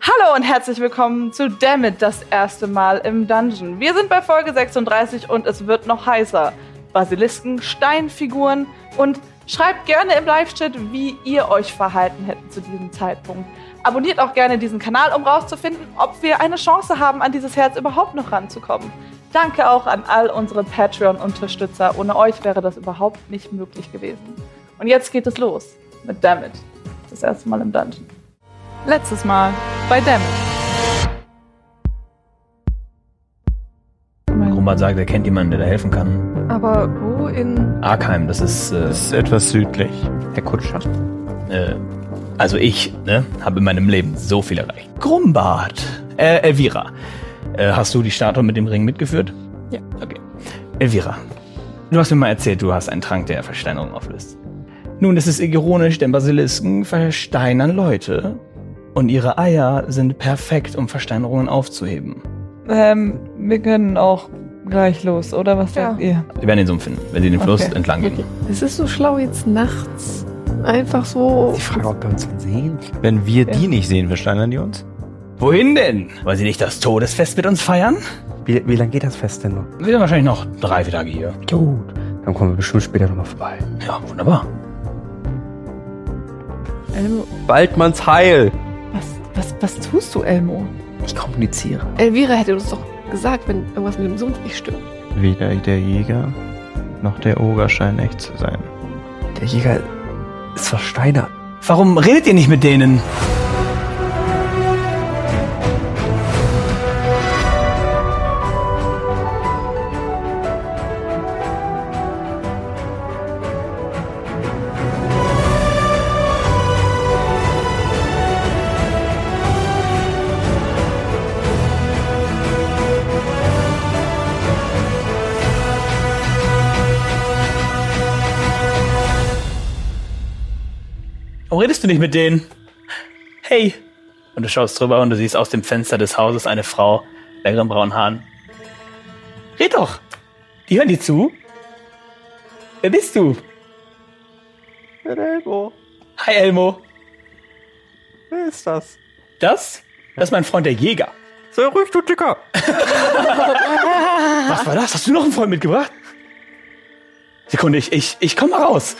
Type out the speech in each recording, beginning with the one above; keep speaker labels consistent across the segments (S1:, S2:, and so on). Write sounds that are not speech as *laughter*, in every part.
S1: Hallo und herzlich willkommen zu Dammit das erste Mal im Dungeon. Wir sind bei Folge 36 und es wird noch heißer. Basilisken, Steinfiguren und schreibt gerne im Live-Chat, wie ihr euch verhalten hättet zu diesem Zeitpunkt. Abonniert auch gerne diesen Kanal, um rauszufinden, ob wir eine Chance haben, an dieses Herz überhaupt noch ranzukommen. Danke auch an all unsere Patreon-Unterstützer. Ohne euch wäre das überhaupt nicht möglich gewesen. Und jetzt geht es los mit Dammit. Das erste Mal im Dungeon. Letztes Mal bei Dammit.
S2: Grumbart sagt, er kennt jemanden, der da helfen kann.
S1: Aber wo in.
S2: Arkheim, das ist, äh,
S3: Das ist etwas südlich. Herr Kutscher.
S2: äh, also ich, ne, habe in meinem Leben so viel erreicht. Grumbart, äh, Elvira, äh, hast du die Statue mit dem Ring mitgeführt?
S3: Ja.
S2: Okay. Elvira, du hast mir mal erzählt, du hast einen Trank, der Versteinerung auflöst. Nun, es ist ironisch, denn Basilisken versteinern Leute und ihre Eier sind perfekt, um Versteinerungen aufzuheben.
S4: Ähm, wir können auch gleich los, oder? Was
S1: Ja.
S4: sagt ihr?
S2: Wir werden den Sumpf finden, wenn sie den Fluss
S4: Okay.
S2: entlang gehen.
S5: Es ist so schlau jetzt nachts. Einfach so.
S3: Die Frage, ob wir uns dann sehen. Wenn wir die nicht sehen, versteinern die uns?
S2: Wohin denn? Wollen sie nicht das Todesfest mit uns feiern?
S6: Wie, wie lange geht das Fest denn noch?
S2: Wir sind wahrscheinlich noch drei, vier Tage hier.
S6: Gut. Dann kommen wir bestimmt später nochmal vorbei.
S2: Ja, wunderbar.
S4: Elmo,
S3: Waldmanns Heil!
S4: was, was, was tust du, Elmo?
S6: Ich kommuniziere.
S5: Elvira hätte uns doch gesagt, wenn irgendwas mit dem Sumpf nicht stimmt.
S3: Weder der Jäger noch der Oger scheinen echt zu sein.
S6: Der Jäger ist versteinert.
S2: Warum redet ihr nicht mit denen? Warum redest du nicht mit denen? Hey! Und du schaust drüber und du siehst aus dem Fenster des Hauses eine Frau, längeren braunen Haaren. Red doch! Die hören dir zu. Wer bist du?
S3: Elmo,
S2: Hi, Elmo.
S3: wer ist das?
S2: Das? Das ist mein Freund der Jäger.
S3: Sei ruhig, du Dicker!
S2: Was war das? Hast du noch einen Freund mitgebracht? Sekunde, ich, ich, ich komm mal raus.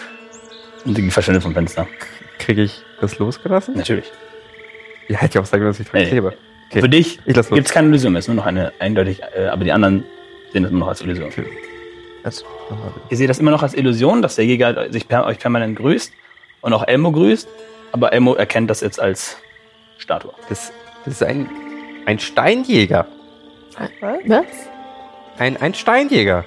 S2: Und die verschwindet vom Fenster.
S3: Kriege ich das losgelassen?
S2: Natürlich.
S3: Ja, hätte ich auch sagen können, dass ich dran
S2: Nee.
S3: klebe. Okay.
S2: Für dich
S3: Ich lass los.
S2: gibt's keine Illusion mehr. Es ist nur noch eine eindeutig, äh, aber die anderen sehen das immer noch als Illusion.
S3: Also, nochmal bitte.
S2: Ihr seht das immer noch als Illusion, dass der Jäger sich per euch permanent grüßt und auch Elmo grüßt, aber Elmo erkennt das jetzt als Statue.
S6: Das,
S3: Das ist ein, ein Steinjäger.
S5: Was?
S3: Ein, ein Steinjäger.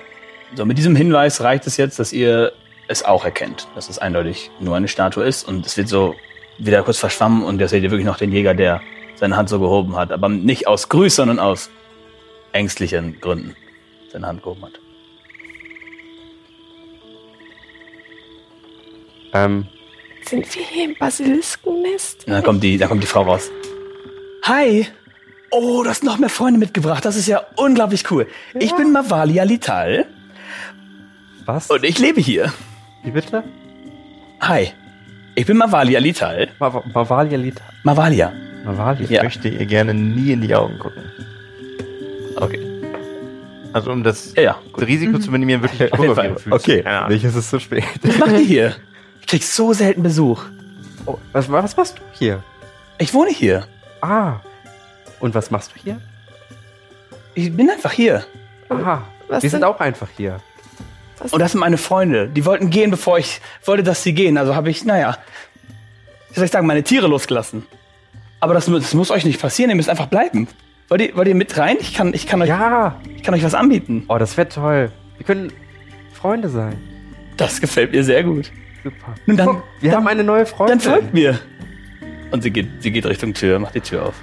S2: So, mit diesem Hinweis reicht es jetzt, dass ihr es auch erkennt, dass es eindeutig nur eine Statue ist und es wird so wieder kurz verschwammen und da seht ihr wirklich noch den Jäger, der seine Hand so gehoben hat, aber nicht aus Grüß, sondern aus ängstlichen Gründen seine Hand gehoben hat.
S3: Ähm,
S5: Sind wir hier im Basiliskennest?
S2: Und dann kommt die, dann kommt die Frau raus. Hi! Oh, du hast noch mehr Freunde mitgebracht. Das ist ja unglaublich cool. Ich bin Mavalia Lital
S3: was?
S2: und ich lebe hier.
S3: Wie bitte?
S2: Hi, ich bin Mavalia Lital.
S3: Mav- Mavalia-Lied.
S2: Mavalia.
S3: Mavalia, ich
S2: Ja.
S3: möchte ihr gerne nie in die Augen gucken.
S2: Okay.
S3: Also, um das
S2: Ja, ja.
S3: Das Risiko zu minimieren, wirklich ich
S2: Auf
S3: gucke
S2: jeden
S3: Mhm. auf
S2: Fall.
S3: ihre Füße.
S2: Okay,
S3: ja. nicht, es ist zu spät.
S2: Was macht ihr hier? Ich krieg so selten Besuch.
S6: oh, was, was machst du hier?
S2: Ich wohne hier.
S6: Ah. Und was machst du hier?
S2: Ich bin einfach hier.
S6: Ah.
S5: Was
S6: wir sind
S5: denn?
S6: auch einfach hier.
S2: Und das sind meine Freunde. Die wollten gehen, bevor ich wollte, dass sie gehen. Also habe ich, naja, wie soll ich sagen, meine Tiere losgelassen. Aber das, mu- das muss euch nicht passieren. Ihr müsst einfach bleiben. Wollt ihr, wollt ihr mit rein? Ich kann, ich, kann euch,
S6: Ja.
S2: ich kann euch was anbieten.
S6: Oh, das wäre toll. Wir können Freunde sein.
S2: Das gefällt mir sehr gut.
S6: Super.
S2: Nun dann,
S6: Guck, wir haben eine neue Freundin.
S2: Dann folgt mir. Und sie geht, sie geht Richtung Tür, macht die Tür auf.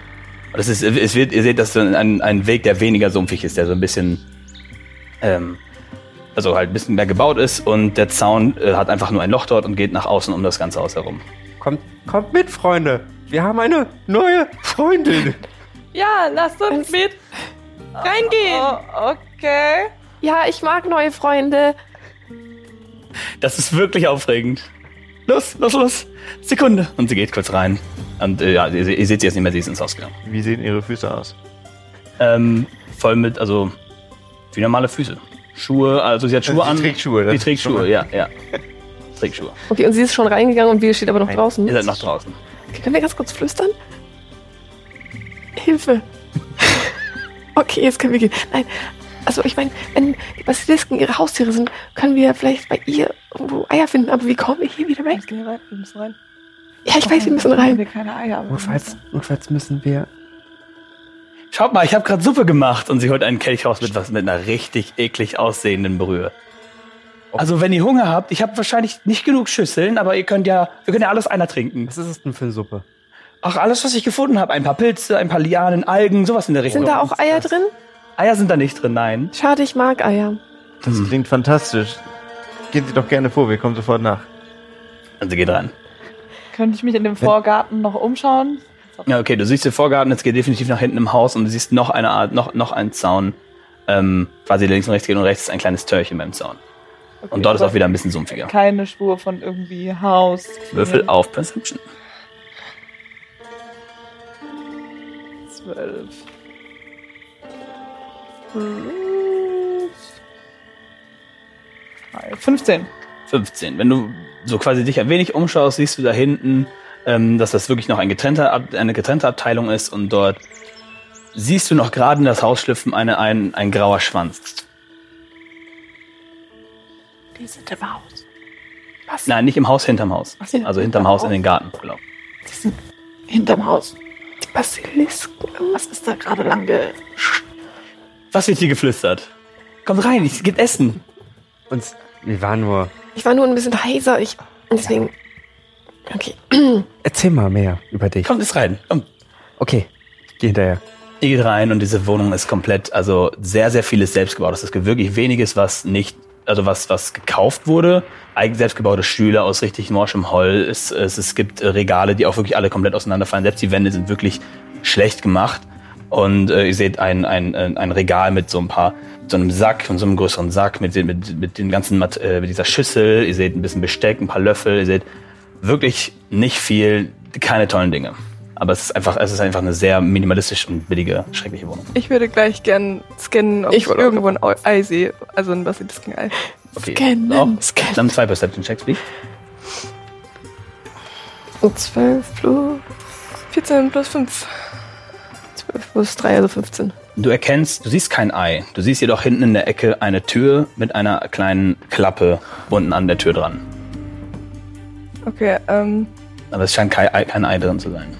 S2: Und es ist, es wird, ihr seht, das ist ein, ein Weg, der weniger sumpfig ist, der so ein bisschen ähm, also halt ein bisschen mehr gebaut ist und der Zaun äh, hat einfach nur ein Loch dort und geht nach außen um das ganze Haus herum.
S6: Kommt, kommt mit, Freunde. Wir haben eine neue Freundin.
S1: Ja, lasst uns mit
S5: Reingehen!
S1: Oh, okay.
S5: Ja, ich mag neue Freunde.
S2: Das ist wirklich aufregend. Los, los, los. Sekunde. Und sie geht kurz rein. Und äh, ja, ihr, ihr seht sie jetzt nicht mehr, sie ist ins Haus gegangen.
S3: Wie sehen ihre Füße aus?
S2: Ähm, voll mit, also, wie normale Füße. Schuhe, also sie hat Schuhe an.
S3: Sie trägt Schuhe.
S2: Die trägt *laughs* Schuhe, ja, ja. Trägt Schuhe.
S5: Okay, und sie ist schon reingegangen und wir steht aber noch
S3: Nein.
S5: draußen.
S2: Ihr seid noch draußen.
S5: Können wir ganz kurz flüstern? Hilfe. *laughs* okay, jetzt können wir gehen. Nein, also ich meine, wenn die Basilisken ihre Haustiere sind, können wir vielleicht bei ihr irgendwo Eier finden. Aber wie kommen wir hier wieder
S4: Wir
S5: weg?
S4: müssen rein. Wir müssen rein.
S5: Ja, ich weiß, wir müssen
S4: Haben
S5: rein.
S4: Wir keine Eier. aber wir
S6: Notfalls, notfalls müssen wir.
S2: Schaut mal, ich habe gerade Suppe gemacht und sie holt einen Kelch raus mit was mit einer richtig eklig aussehenden Brühe. Also wenn ihr Hunger habt, ich habe wahrscheinlich nicht genug Schüsseln, aber ihr könnt ja, wir können ja alles einer trinken.
S6: Was ist es denn für eine Suppe?
S2: Ach, alles, was ich gefunden habe, ein paar Pilze, ein paar Lianen, Algen, sowas in der Richtung.
S5: Sind da auch Eier drin?
S2: Eier sind da nicht drin, nein.
S5: Schade, ich mag Eier.
S3: Das klingt fantastisch. Gehen Sie doch gerne vor, wir kommen sofort nach.
S2: Und sie Also, geht rein.
S1: Ach, Könnte ich mich in dem Vorgarten noch umschauen?
S2: Ja, okay, du siehst den Vorgarten, jetzt geht definitiv nach hinten im Haus und du siehst noch eine Art, noch, noch einen Zaun. Ähm, quasi links und rechts geht und rechts ist ein kleines Törchen beim Zaun.
S1: Okay,
S2: Und dort ist
S1: aber
S2: auch wieder ein bisschen sumpfiger.
S1: Keine Spur von irgendwie Haus.
S2: Würfel auf Perception.
S1: Zwölf. Hm. Drei, 15.
S2: 15. Wenn du so quasi dich ein wenig umschaust, siehst du da hinten, ähm, dass das wirklich noch ein getrennter, Ab- eine getrennte Abteilung ist und dort siehst du noch gerade in das Haus schlüpfen eine, ein, ein grauer Schwanz.
S5: Die sind im Haus. Was?
S2: Nein, nicht im Haus, hinterm Haus.
S5: Ach so,
S2: Also hinterm Haus in den Garten. Genau.
S5: Die sind hinterm Haus. Die Basilisken. Was ist da gerade lang ge...
S2: Was wird hier geflüstert? Kommt rein, es gibt Essen.
S6: Uns. Wir waren nur.
S5: Ich war nur ein bisschen heiser. Ich, deswegen... Okay.
S6: Erzähl mal mehr über dich.
S2: Kommt, ist rein. Kommt.
S6: Okay, ich geh hinterher.
S2: Ihr geht rein und diese Wohnung ist komplett, also sehr, sehr vieles selbstgebaut. Es ist wirklich weniges, was nicht, also was, was gekauft wurde. Eigen selbstgebaute Stühle aus richtig morschem Holz. Es, es, es gibt äh, Regale, die auch wirklich alle komplett auseinanderfallen. Selbst die Wände sind wirklich schlecht gemacht. Und äh, ihr seht ein, ein, ein ein Regal mit so ein paar, so einem Sack, und so einem größeren Sack, mit, den- mit, mit den ganzen, Mat äh, mit dieser Schüssel. Ihr seht ein bisschen Besteck, ein paar Löffel. Ihr seht wirklich nicht viel, keine tollen Dinge. Aber es ist einfach, es ist einfach eine sehr minimalistisch und billige, schreckliche Wohnung.
S7: Ich würde gleich gern scannen, ob
S5: Ich
S7: ich,
S5: wollte auch
S7: irgendwo ein Au- Ei sehe. Also ein Basilisken-Ei.
S2: Okay.
S5: Scannen,
S2: Auch
S5: scannen.
S2: Dann zwei Perception Checks, please.
S5: Und 12 plus
S7: 14 plus 5.
S5: 12 plus 3, also 15.
S2: Du erkennst, du siehst kein Ei. Du siehst jedoch hinten in der Ecke eine Tür mit einer kleinen Klappe unten an der Tür dran.
S7: Okay, ähm,
S2: Aber es scheint kein Ei, kein Ei drin zu sein.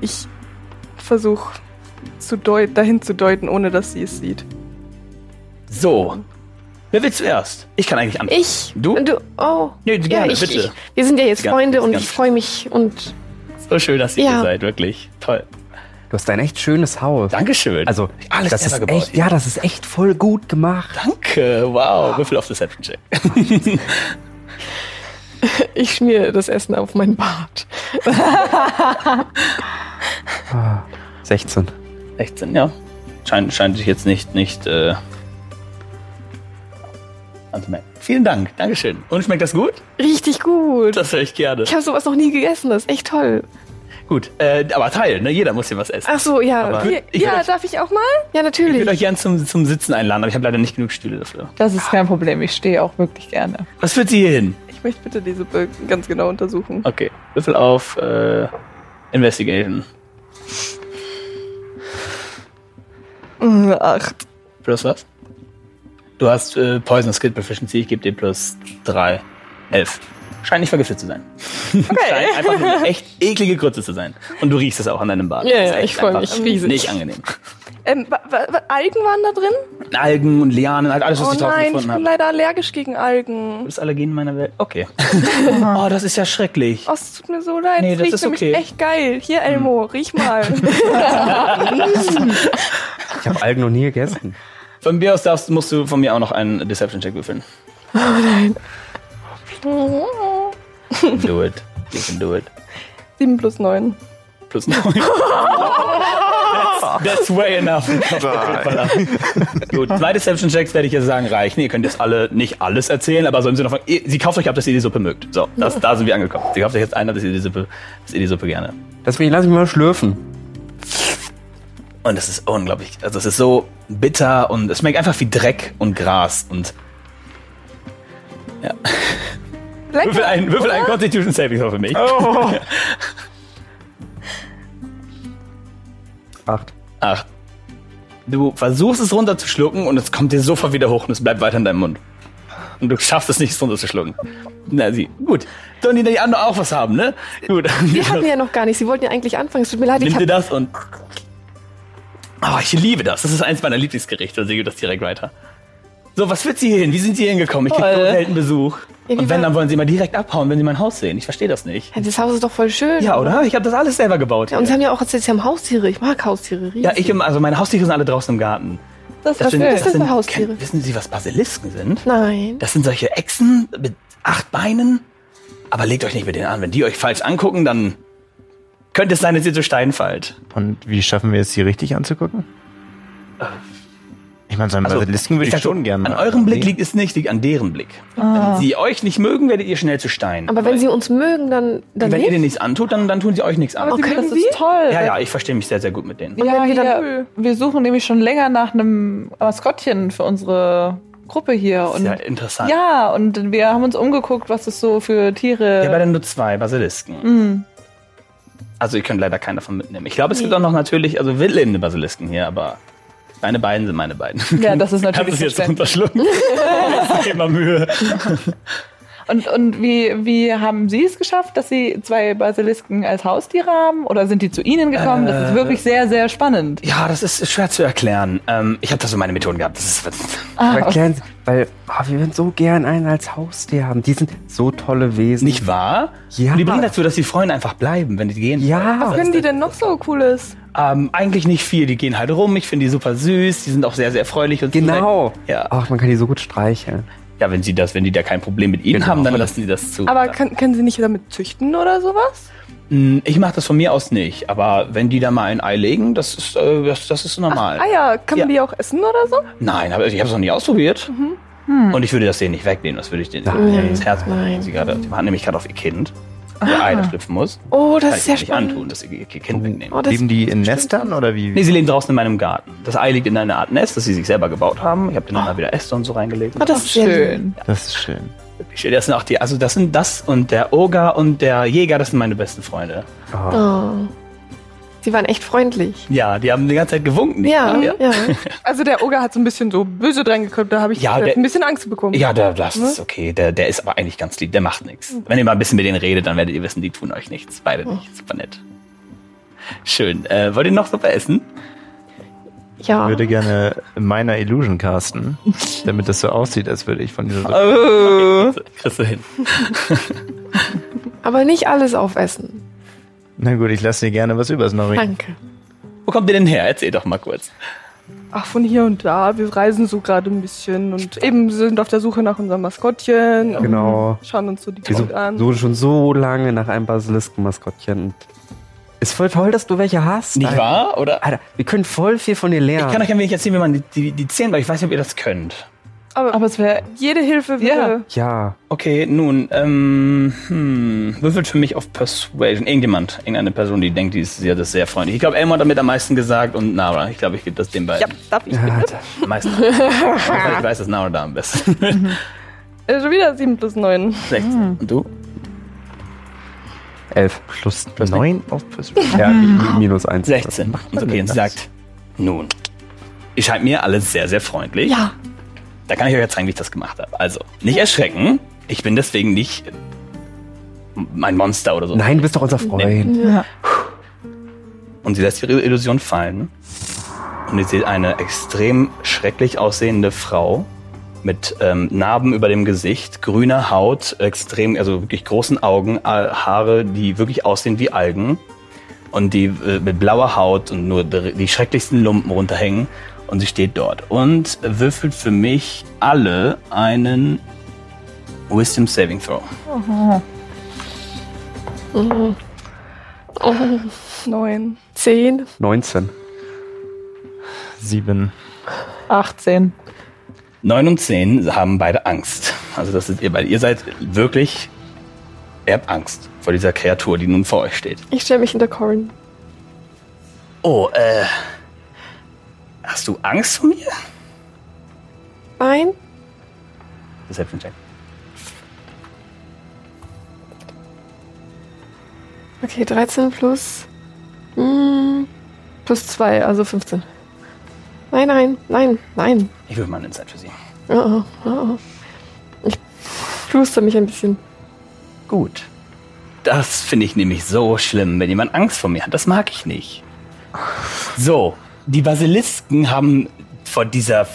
S7: ich versuche zu deut dahin zu deuten, ohne dass sie es sieht.
S2: So. Wer will zuerst? Ich kann eigentlich anfangen.
S5: Ich?
S2: Du?
S5: Du? Oh.
S2: Nee,
S5: Ja,
S2: gerne,
S5: ich,
S2: bitte.
S5: ich, wir sind ja jetzt
S2: Ganz-
S5: Freunde und
S2: ganz-
S5: ich freue mich und
S2: So schön, dass ihr
S5: Ja.
S2: hier seid, wirklich. Toll.
S6: Du hast ein echt schönes Haus.
S2: Dankeschön.
S6: Also,
S2: alles
S6: das
S2: selber
S6: ist
S2: gebaut.
S6: echt, ja, das ist echt voll gut gemacht.
S2: Danke, wow. Würfel auf Deception Check. *laughs*
S5: ich schmier das Essen auf meinen Bart.
S6: Ah, 16.
S2: 16, ja. Scheint, scheint sich jetzt nicht, nicht äh, anzumerken. Vielen Dank, Dankeschön. Und schmeckt das gut?
S5: Richtig gut.
S2: Das höre ich gerne.
S5: Ich habe sowas noch nie gegessen, das ist echt toll.
S2: Gut, äh, aber teilen, ne? Jeder muss hier was essen.
S5: Ach so, ja.
S2: Aber-
S5: Hier-
S2: Ich will
S7: ja,
S2: euch-
S7: darf ich auch mal?
S5: Ja,
S2: Ich würde
S5: natürlich.
S2: euch gern zum, zum Sitzen einladen, aber ich habe leider nicht genug Stühle dafür.
S1: Das ist kein Problem. Ich stehe auch wirklich gerne.
S2: Was führt sie hier hin?
S7: Ich möchte bitte diese Suppe ganz genau untersuchen.
S2: Okay, Würfel auf äh, Investigation.
S7: Mm, Acht.
S2: Plus was? Du hast äh, Poison Skill Proficiency, ich gebe dir plus 3. 11. Scheint nicht vergiftet zu
S7: *laughs*
S2: sein. Scheint einfach nur eine echt eklige Grütze zu sein. Und du riechst es auch an deinem Bart.
S5: Ja,
S2: Das ist
S5: ja,
S2: echt
S5: ich freu mich
S2: einfach
S5: riesig.
S2: Nicht angenehm.
S7: Ähm, wa- wa- wa- Algen waren da drin?
S2: Algen und Lianen, halt alles, was
S7: Oh
S2: ich draußen
S7: nein, ich
S2: gefunden
S7: bin
S2: habe.
S7: leider allergisch gegen Algen.
S2: Du bist Allergien in meiner Welt.
S7: *laughs*
S2: Okay. oh, das ist ja schrecklich.
S7: Oh, es tut mir so leid.
S2: Nee,
S7: es
S2: das
S7: riecht
S2: ist
S7: nämlich
S2: okay.
S7: echt geil. Hier, Elmo, riech mal.
S6: Ich habe Algen noch nie gegessen.
S2: Von mir aus darfst, musst du von mir auch noch einen Deception-Check würfeln. Oh nein. Do it. You can do it.
S7: 7 plus 9.
S2: Plus 9. that's, that's way enough. Gut, zwei Deception-Checks werde ich jetzt sagen reichen. Ihr könnt jetzt alle nicht alles erzählen, aber so im Sinne von, ihr, sie kauft euch ab, dass ihr die Suppe mögt. So, das, da sind wir angekommen. Sie kauft euch jetzt ein, dass ihr die Suppe, dass ihr die Suppe gerne
S6: Deswegen lass ich mal schlürfen.
S2: Und das ist unglaublich. Also es ist so bitter und es schmeckt einfach wie Dreck und Gras und ja. Würfel ein, würfel ein Constitution Saving Throw für mich. Oh.
S6: Acht.
S2: Ach. Du versuchst es runterzuschlucken und es kommt dir sofort wieder hoch und es bleibt weiter in deinem Mund. Und du schaffst es nicht, es runterzuschlucken. Na, sie. Gut. Sollen die, die anderen auch was haben, ne? Gut.
S5: Wir hatten ja noch gar nicht. Sie wollten ja eigentlich anfangen. Es tut mir leid, ich
S2: Nimm dir
S5: hab,
S2: das und. Oh, ich liebe das. Das ist eins meiner Lieblingsgerichte und sie gibt das direkt weiter. So, was wird sie hier hin? Wie sind sie hier hingekommen? Ich krieg so selten Besuch.
S5: Ja, wie
S2: Und wenn,
S5: war-
S2: dann wollen sie immer direkt abhauen, wenn sie mein Haus sehen. Ich verstehe das nicht.
S5: das Haus ist doch voll schön.
S2: Ja, oder? Ich habe das alles selber gebaut.
S5: Ja,
S2: Ja,
S5: und sie haben ja auch erzählt, sie haben Haustiere. Ich mag Haustiere. Riesig.
S2: ich immer, also meine Haustiere sind alle draußen im Garten.
S7: Das,
S2: Das
S7: ist
S2: sind,
S7: schön.
S5: sind für Haustiere.
S2: Ken- Wissen Sie, was Basilisken sind?
S5: Nein.
S2: Das sind solche Echsen mit acht Beinen. Aber legt euch nicht mit denen an. Wenn die euch falsch angucken, dann könnte es sein, dass ihr zu Steinen fallt.
S3: Und wie schaffen wir es, die richtig anzugucken? Ich meine, so ein
S2: Also,
S3: Basilisken würde ich,
S2: dachte,
S3: schon gerne.
S2: An eurem Blick liegt es nicht, liegt an deren Blick.
S1: Ah.
S2: Wenn sie euch nicht mögen, werdet ihr schnell zu Stein.
S5: Aber wenn sie uns mögen, dann, dann
S2: wenn ihr
S5: nicht.
S2: denen nichts antut, dann, dann tun sie euch nichts an.
S5: Okay,
S7: das
S5: das ist
S7: ist toll.
S2: Ja, ja, ich verstehe mich sehr, sehr gut mit denen.
S1: Ja,
S5: wenn wir dann-
S1: hier, wir suchen nämlich schon länger nach einem Maskottchen für unsere Gruppe hier. Und
S2: Sehr interessant.
S1: ja, und wir haben uns umgeguckt, was es so für Tiere.
S2: Ich habe leider nur zwei Basilisken.
S1: Mhm.
S2: Also ihr könnt leider keinen davon mitnehmen. Ich glaube, es gibt auch noch natürlich, also wildlebende Basilisken hier, aber deine beiden sind meine beiden.
S1: Ja, das
S2: *laughs*
S1: ist
S2: Kannst
S1: natürlich
S2: es jetzt
S1: verständlich. *laughs*
S2: runterschlucken? Immer Mühe.
S1: Und, und wie, wie haben Sie es geschafft, dass Sie zwei Basilisken als Haustiere haben? Oder sind die zu Ihnen gekommen? das
S2: Äh.
S1: ist wirklich sehr, sehr spannend.
S2: Ja, das ist schwer zu erklären. Ähm, ich habe da so meine Methoden gehabt. Das ist,
S1: Ah,
S6: Aber erklären Sie, weil ah, wir würden so gern einen als Haustier haben. Die sind so tolle Wesen.
S2: nicht wahr?
S6: Ja.
S2: Und die bringen dazu, dass die Freunde einfach bleiben, wenn die gehen.
S6: Ja.
S7: Können die denn noch so cooles?
S2: Ähm, eigentlich nicht viel. Die gehen halt rum. Ich finde die super süß. Die sind auch sehr, sehr fröhlich und
S6: Genau.
S2: Ja.
S6: Ach, man kann die so gut streicheln.
S2: Ja, wenn sie das, wenn die da kein Problem mit
S5: Genau.
S2: ihnen haben, dann lassen sie das zu.
S7: Aber kann, können sie nicht damit züchten oder sowas?
S2: Mm, ich mache das von mir aus nicht. Aber wenn die da mal ein Ei legen, das ist, äh, das, das ist normal.
S7: Eier, kann man
S2: Ja.
S7: die auch essen oder so?
S2: Nein, hab, ich habe es noch nie ausprobiert.
S7: Mhm.
S2: Und ich würde das denen nicht wegnehmen. Das würde ich denen
S5: Hm. Nein,
S2: ins Herz
S5: nein.
S2: bringen. Sie gerade, die warten nämlich gerade auf ihr Kind. Ihr Ei, das schlüpfen muss.
S5: Oh, das
S2: Kann
S5: ist
S2: ich
S5: sehr
S2: ihnen nicht
S5: spannend.
S2: antun, dass sie ihr Kind wegnehmen.
S5: Oh, das
S3: Leben die in Nestern oder wie?
S2: Nee, sie leben draußen in meinem Garten. Das Ei liegt in einer Art Nest, das sie sich selber gebaut haben. Ich habe denen immer wieder Äste und so reingelegt.
S5: Oh, Ah. das ist sehr lieb.
S1: schön.
S3: Das ist schön.
S2: Ich- Das sind auch die, also das sind das und der Oger und der Jäger, das sind meine besten Freunde.
S5: Oh. Sie waren echt freundlich.
S2: Ja, die haben die ganze Zeit gewunken. nicht
S5: Ja,
S2: wahr?
S5: ja.
S7: Also der Oger hat so ein bisschen so böse dran gekommen, da habe ich
S2: Ja,
S7: äh,
S2: der-
S7: ein bisschen Angst bekommen.
S2: Ja, der, das
S5: Hm?
S7: Ne?
S2: ist okay. Der, der ist aber eigentlich ganz lieb. Der macht nichts. Wenn ihr mal ein bisschen mit denen redet, dann werdet ihr wissen, die tun euch nichts. Beide
S5: Hm.
S2: nicht. Super nett. Schön. Äh, wollt ihr noch Suppe essen?
S5: ja.
S2: *laughs*
S3: Ich würde gerne meiner Illusion casten, damit das so aussieht, als würde ich von dieser Suppe.
S2: Kriegst du hin.
S5: Aber nicht alles aufessen.
S3: Na gut, ich lasse dir gerne was übers noch reden.
S5: Danke.
S2: Wo kommt ihr denn her? Erzähl doch mal kurz.
S7: Ach, von hier und da. Wir reisen so gerade ein bisschen und eben sind auf der Suche nach unserem Maskottchen. und
S6: Genau.
S7: Schauen uns so die
S6: Wir
S7: Gegend
S6: suchen
S7: an.
S6: so, schon so lange nach einem Basilisken-Maskottchen. Und Ist voll toll, dass du welche hast.
S2: Nicht
S5: Äh,
S6: Alter.
S2: wahr? Oder?
S6: Alter, wir können voll viel von dir lernen.
S2: Ich kann euch ein wenig erzählen, wie man die, die, die zählen, weil ich weiß nicht, ob ihr das könnt.
S1: Aber es wäre.
S7: Jede Hilfe wäre.
S6: ja,
S2: Okay, nun, ähm, hm, würfelt für mich auf Persuasion. Irgendjemand, irgendeine Person, die denkt, die ist sehr, das ist sehr freundlich. Ich glaube, Elmo hat damit am meisten gesagt und Nara. Ich glaube, ich gebe das dem
S7: Ja,
S2: beiden.
S7: darf ich
S6: ja
S7: bitte?
S6: da-
S2: Am meisten. Also ich weiß, dass Nara da am besten. *laughs*
S7: Äh, schon wieder 7 plus 9.
S6: Hm.
S2: 16. Und du?
S6: elf.
S3: Plus 9 auf Persuasion.
S6: Ja, mi- minus eins.
S2: 16.
S6: Was macht
S2: Und
S6: man
S2: Also okay,
S6: denn
S2: und sie
S6: das?
S2: sagt, nun, ihr scheint mir alle sehr, sehr freundlich.
S5: Ja.
S2: Da kann ich euch ja zeigen, wie ich das gemacht habe. Also, nicht erschrecken. Ich bin deswegen nicht mein Monster oder so.
S6: Nein, du bist doch unser Freund.
S2: Und sie lässt ihre Illusion fallen. Und ihr seht eine extrem schrecklich aussehende Frau mit ähm, Narben über dem Gesicht, grüner Haut, extrem, also wirklich großen Augen, Ha- Haare, die wirklich aussehen wie Algen. Und die äh, mit blauer Haut und nur die die schrecklichsten Lumpen runterhängen. Und sie steht dort und würfelt für mich alle einen Wisdom Saving Throw.
S5: Oh,
S7: Neun.
S5: zehn.
S6: 19.
S3: Sieben.
S4: 18.
S2: 9 und 10 haben beide Angst. Also das ist ihr beide. Ihr seid wirklich, ihr habt Angst vor dieser Kreatur, die nun vor euch steht.
S5: Ich stelle mich hinter Corin.
S2: Oh, äh. Hast du Angst vor mir?
S5: Nein,
S2: Deception Check.
S5: Okay, 13 plus. Mm, plus 2, also 15. Nein, nein, nein, nein.
S2: Ich will mal einen Insight für sie.
S5: Oh, oh, oh. Ich fluster mich ein bisschen.
S2: Gut. Das finde ich nämlich so schlimm, wenn jemand Angst vor mir hat. Das mag ich nicht. So, die Basilisken haben vor, dieser,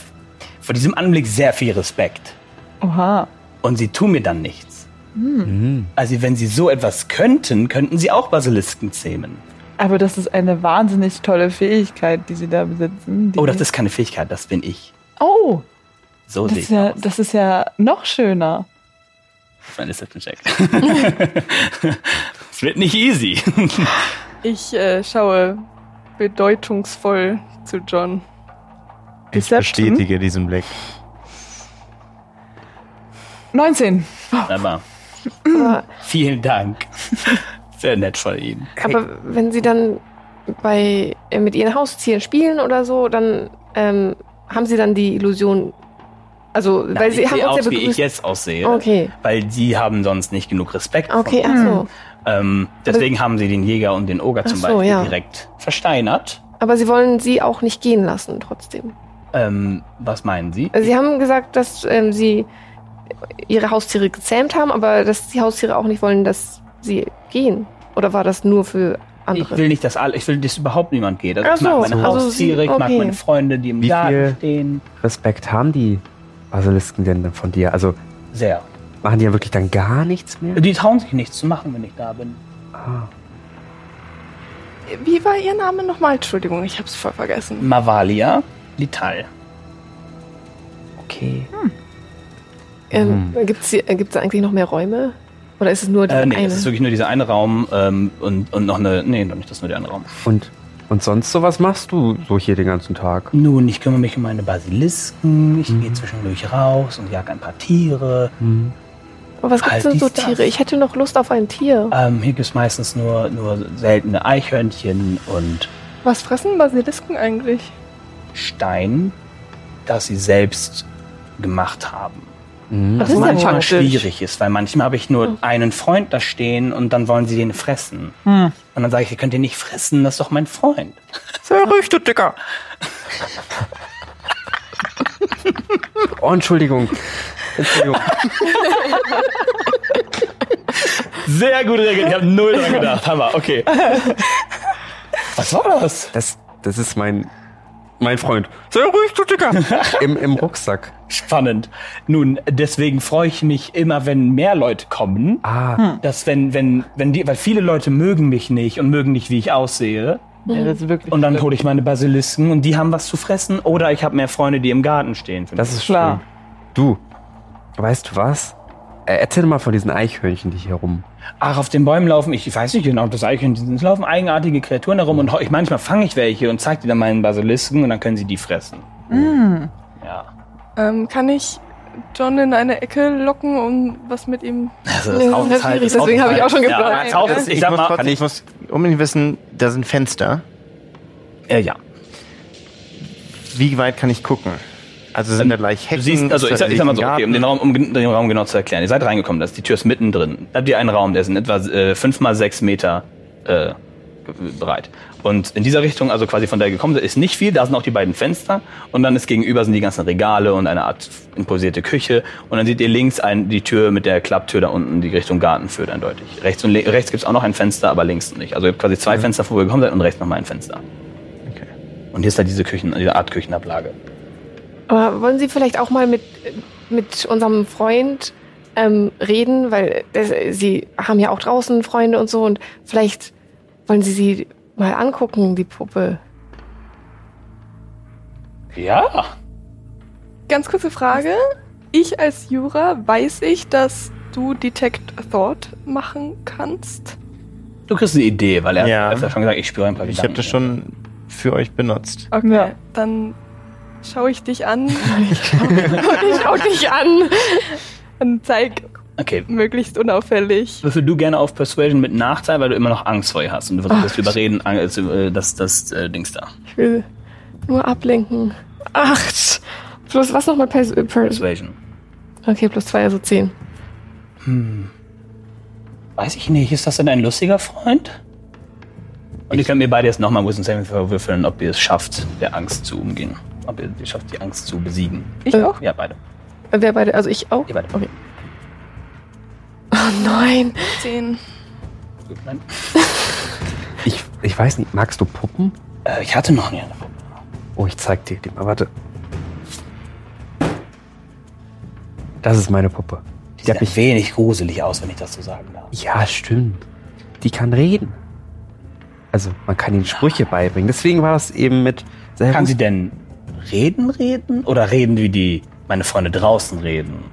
S2: vor diesem Anblick sehr viel Respekt.
S4: Oha.
S2: Und sie tun mir dann nichts.
S5: Hm.
S2: Also wenn sie so etwas könnten, könnten sie auch Basilisken zähmen.
S4: Aber das ist eine wahnsinnig tolle Fähigkeit, die sie da besitzen. Die
S2: Oh, das ist keine Fähigkeit, das bin ich.
S4: Oh,
S2: So
S4: das
S2: sehe
S4: ist,
S2: ich
S4: ja,
S2: aus.
S4: das ist ja noch schöner.
S2: Mein Deception Check. *laughs* Es wird nicht
S5: *laughs*
S2: easy.
S7: Ich äh, schaue bedeutungsvoll zu John.
S3: Ich
S7: Deception?
S3: bestätige diesen Blick.
S4: 19.
S2: Aber Mm,
S5: Aber,
S2: vielen Dank. Sehr nett von Ihnen.
S5: aber wenn sie dann bei, äh, mit ihren Haustieren spielen oder so, dann ähm, haben sie dann die Illusion. Also, weil
S2: Nein,
S5: sie
S2: ich
S5: haben
S2: sehe
S5: uns ja
S2: aus, wie ich
S5: begrüßt.
S2: jetzt aussehe.
S5: Okay,
S2: Weil sie haben sonst nicht genug Respekt. vor
S5: okay,
S2: mir.
S5: ach so.
S2: Ähm, deswegen haben sie den Jäger und den Oger
S5: Ach
S2: zum
S5: so,
S2: Beispiel
S5: ja.
S2: direkt versteinert.
S5: Aber sie wollen sie auch nicht gehen lassen, trotzdem.
S2: Ähm, was meinen Sie?
S5: Also Sie haben gesagt, dass ähm, Sie Ihre Haustiere gezähmt haben, aber dass die Haustiere auch nicht wollen, dass sie gehen. Oder war das nur für
S2: Ich
S5: andere?
S2: will nicht, dass alle, ich will, dass überhaupt niemand geht. Also
S5: Ach
S2: ich mag
S5: so,
S2: meine
S5: also Sie-
S2: Haustiere, ich mag
S5: okay.
S2: meine Freunde, die im
S6: Wie
S2: Garten
S6: viel-
S2: stehen.
S6: Respekt haben die Basilisken denn dann von dir? Also
S2: Sehr.
S6: machen die ja wirklich dann gar nichts mehr?
S2: Die trauen sich nichts zu machen, wenn ich da bin.
S6: Ah.
S7: Wie war ihr Name nochmal? Entschuldigung, ich hab's voll vergessen.
S2: Mavalia, Lital.
S6: Okay.
S5: Ähm, Gibt es eigentlich noch mehr Räume? Oder ist es nur der
S2: Hm. Äh, nee,
S5: eine?
S2: es ist wirklich nur dieser eine Raum ähm, und, und noch eine. Nee, noch nicht, das ist nur der eine Raum.
S6: Und, und sonst so, was machst du so hier den ganzen Tag?
S2: Nun, ich kümmere mich um meine Basilisken, ich gehe zwischendurch raus und jag ein paar Tiere.
S5: aber was gibt es
S2: halt
S5: denn so
S2: dies, das.
S5: Tiere? Ich hätte noch Lust auf ein Tier.
S2: Ähm, hier gibt es meistens nur, nur seltene Eichhörnchen und
S7: Was fressen Basilisken eigentlich?
S2: Stein, das sie selbst gemacht haben.
S5: Das
S2: Was
S5: ist ja Hm.
S2: manchmal
S5: praktisch.
S2: schwierig ist, weil manchmal habe ich nur einen Freund da stehen und dann wollen sie den fressen.
S5: Hm.
S2: Und dann sage ich, ihr könnt den nicht fressen, das ist doch mein Freund.
S6: *laughs* Oh, Entschuldigung. Entschuldigung.
S2: Sehr gut reagiert, ich habe null dran gedacht. *laughs* Hammer, okay. Was war das?
S6: Das, das ist mein, mein Freund. Sehr ruhig, du Dicker. Im, Im Rucksack.
S2: Spannend. Nun, deswegen freue ich mich immer, wenn mehr Leute kommen.
S6: Ah,
S5: Hm.
S2: Dass wenn, wenn, wenn die, weil viele Leute mögen mich nicht und mögen nicht, wie ich aussehe.
S4: Ja, das ist wirklich
S2: Und dann hole ich meine Basilisken und die haben was zu fressen. Oder ich habe mehr Freunde, die im Garten stehen. für
S6: das
S2: mich.
S6: ist
S4: Klar.
S6: schön. Du, weißt du was? Äh, Erzähl mal von diesen Eichhörnchen, die hier rum.
S2: Ach, auf den Bäumen laufen, ich weiß nicht genau, ob das Eichhörnchen sind. Es laufen eigenartige Kreaturen herum und ho- ich, manchmal fange ich welche und zeige die dann meinen Basilisken und dann können sie die fressen. Ja.
S7: Ähm, kann ich John in eine Ecke locken und was mit ihm?
S2: Also
S5: das ist halt schwierig, deswegen habe ich auch schon gefragt.
S2: Ja, aber das Haus ist, ich
S3: Ich
S2: sag
S3: muss,
S2: mal,
S3: trotzdem, ich muss unbedingt wissen, da sind Fenster.
S2: äh, ja.
S3: Wie weit kann ich gucken? Also sind da gleich Hecken?
S2: Du siehst, also
S3: ist
S2: ich
S3: da
S2: sag, ich sag mal so,
S3: ein
S2: okay, um den
S3: Garten?
S2: Raum, um gen- den Raum genau zu erklären. Ihr seid reingekommen, das ist die Tür ist mittendrin. Da habt ihr einen Raum, der ist in etwa äh, 5 mal 6 Meter äh, breit. Und in dieser Richtung, also quasi von der ihr gekommen seid, ist nicht viel. Da sind auch die beiden Fenster. Und dann ist gegenüber sind die ganzen Regale und eine Art improvisierte Küche. Und dann seht ihr links ein, die Tür mit der Klapptür da unten, die Richtung Garten führt eindeutig. Rechts, und le- rechts gibt's auch noch ein Fenster, aber links nicht. Also ihr habt quasi zwei Fenster, wo ihr gekommen seid und rechts nochmal ein Fenster.
S3: Okay.
S2: Und hier ist halt diese Küchen, diese Art Küchenablage.
S5: Aber wollen Sie vielleicht auch mal mit, äh, mit unserem Freund ähm, reden? Weil äh, Sie haben ja auch draußen Freunde und so und vielleicht wollen Sie sie mal angucken, die Puppe.
S2: Ja.
S7: Ganz kurze Frage. Ich als Jura weiß ich, dass du Detect Thought machen kannst.
S2: Du kriegst eine Idee, weil er
S3: Ja.
S2: hat öfter schon gesagt, ich spüre ein paar
S3: Ich
S2: Gedanken.
S3: habe das schon für euch benutzt.
S7: Okay.
S4: Ja.
S7: Dann schaue ich dich
S4: *laughs*
S7: an *laughs*
S5: Ich schau dich an.
S7: und zeig
S2: Okay.
S7: möglichst unauffällig.
S2: Würfel du gerne auf Persuasion mit Nachteil, weil du immer noch Angst vor ihr hast und du versuchst das zu überreden, Ang- äh, zu- äh, das, das äh, Dings da.
S5: Ich will nur ablenken. Acht. Plus was nochmal? Pers äh, Pers
S2: Persuasion.
S5: okay, plus zwei, also zehn.
S2: Weiß ich nicht, ist das denn ein lustiger Freund? Und ihr könnt mir beide jetzt nochmal Wisdom Saving Throw würfeln, ob ihr es schafft, der Angst zu umgehen. Ob ihr es schafft, die Angst zu besiegen.
S7: Ich auch?
S2: Ja, beide.
S5: Äh, Wer beide, also ich auch?
S2: Ihr beide.
S5: Okay. Oh nein.
S7: Zehn.
S2: Gut, nein.
S6: Ich, ich weiß nicht, magst du Puppen?
S2: Äh, ich hatte noch nie eine.
S6: Oh, ich zeig dir die mal. Warte. Das ist meine Puppe.
S2: Die
S6: Die
S2: sieht
S6: hab
S2: ein
S6: ich.
S2: wenig gruselig aus, wenn ich das so sagen darf.
S6: Ja, stimmt. Die kann reden. Also, man kann ihnen Sprüche beibringen. Deswegen war das eben mit. Servus.
S2: Kann sie denn reden, reden? Oder reden, wie die meine Freunde draußen reden?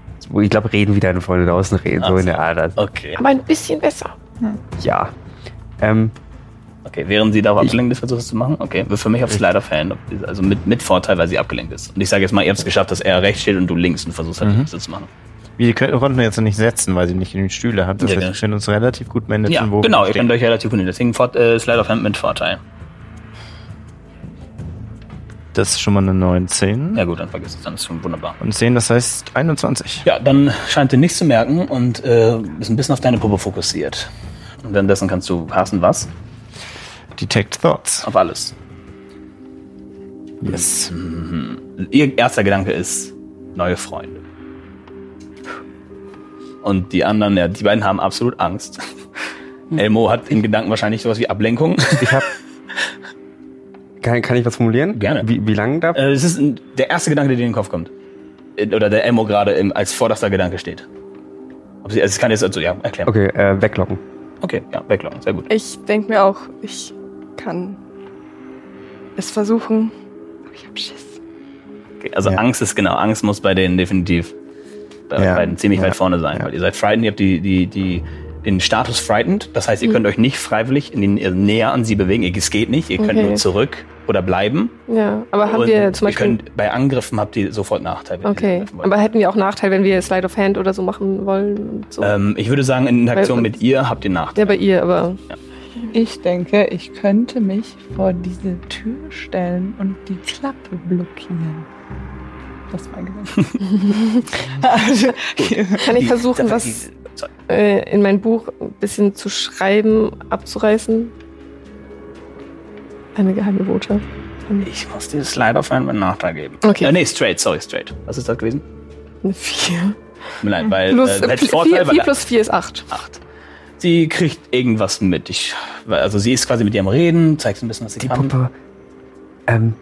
S6: ich glaube, reden wie deine Freunde draußen reden.
S2: Ach
S6: So in
S2: so.
S6: der Art. also,
S2: Okay.
S5: Aber ein bisschen besser.
S6: Ja. Ähm,
S2: Okay, während sie darauf abgelenkt ist, versucht es zu machen? Okay, für mich auf Slider Fan. ob die- Also mit, mit Vorteil, weil sie abgelenkt ist. Und ich sage jetzt mal, ihr habt es geschafft, dass er rechts steht und du links und versuchst halt mhm. zu machen.
S3: Wir können- konnten jetzt noch nicht setzen, weil sie nicht in den Stühle haben. Das
S2: Ja,
S3: heißt,
S2: ja.
S3: wir können uns relativ gut managen,
S2: Ja,
S3: wo
S2: genau,
S3: wir
S2: ihr
S3: stehen.
S2: könnt euch relativ gut hin. Deswegen Fort, äh, Slide of Hand mit Vorteil.
S3: Das ist schon mal eine 19.
S2: Ja gut, dann vergiss es, dann ist schon wunderbar.
S3: Und 10, das heißt 21.
S2: Ja, dann scheint dir nichts zu merken und äh, ist ein bisschen auf deine Puppe fokussiert. Und währenddessen kannst du hassen was?
S3: Detect Thoughts.
S2: Auf alles.
S3: Yes.
S2: Ihr erster Gedanke ist neue Freunde. Und die anderen, ja, die beiden haben absolut Angst. Elmo hat in Gedanken wahrscheinlich sowas wie Ablenkung.
S6: ich habe. kann, kann ich was formulieren?
S2: Gerne.
S6: Wie, wie lange darf?
S2: Äh, Es ist ein, der erste Gedanke, der dir in den Kopf kommt. Äh, Oder der Elmo gerade im- als vorderster Gedanke steht. Ob sie, also es kann jetzt also, ja, erklären.
S6: Okay, äh, weglocken.
S2: Okay, ja, weglocken, sehr gut.
S7: Ich denke mir auch, ich kann es versuchen.
S2: Okay, also
S3: Ja.
S2: Angst ist genau, Angst muss bei denen definitiv bei euch
S3: Ja.
S2: beiden ziemlich
S3: Ja.
S2: weit vorne sein,
S3: Ja.
S2: weil ihr seid frightened, ihr habt die, die, die, den Status frightened, das heißt, ihr
S5: Mhm.
S2: könnt euch nicht freiwillig in den, also näher an sie bewegen, ihr- es geht nicht, ihr könnt
S5: Okay.
S2: nur zurück oder bleiben.
S5: Ja, aber haben
S2: Und
S5: wir
S2: ihr
S5: zum Beispiel.
S2: könnt, bei Angriffen habt ihr sofort Nachteil. wenn ihr sie
S5: okay,
S2: angreifen wollt.
S5: aber hätten wir auch Nachteil, wenn wir Slide of Hand oder so machen wollen? und So.
S2: ähm, ich würde sagen, in Interaktion
S5: Weil-
S2: mit ihr habt ihr Nachteil.
S5: ja, bei ihr, aber.
S4: Ich denke, ich könnte mich vor diese Tür stellen und die Klappe blockieren. Das ist mein Gedanke. *laughs* also,
S5: Kann ich versuchen,
S2: Die-
S5: was
S2: die-
S5: äh, in mein Buch ein bisschen zu schreiben, abzureißen? Eine geheime Botschaft.
S2: Ich muss dir Slide auf einen Nachteil geben.
S5: Okay.
S2: Äh, nee, straight, sorry, straight. Was ist das gewesen?
S5: Eine 4.
S2: Tut mir leid, weil
S5: Plus,
S2: äh,
S5: äh,
S2: hätte
S5: vier-
S2: Vorteil,
S5: vier,
S2: weil
S5: vier plus 4 ist 8.
S2: Acht. Sie kriegt irgendwas mit. Ich, also sie ist quasi mit ihr am Reden, zeigt so ein bisschen, was sie
S6: Die
S2: kann.
S6: Puppe. Ähm,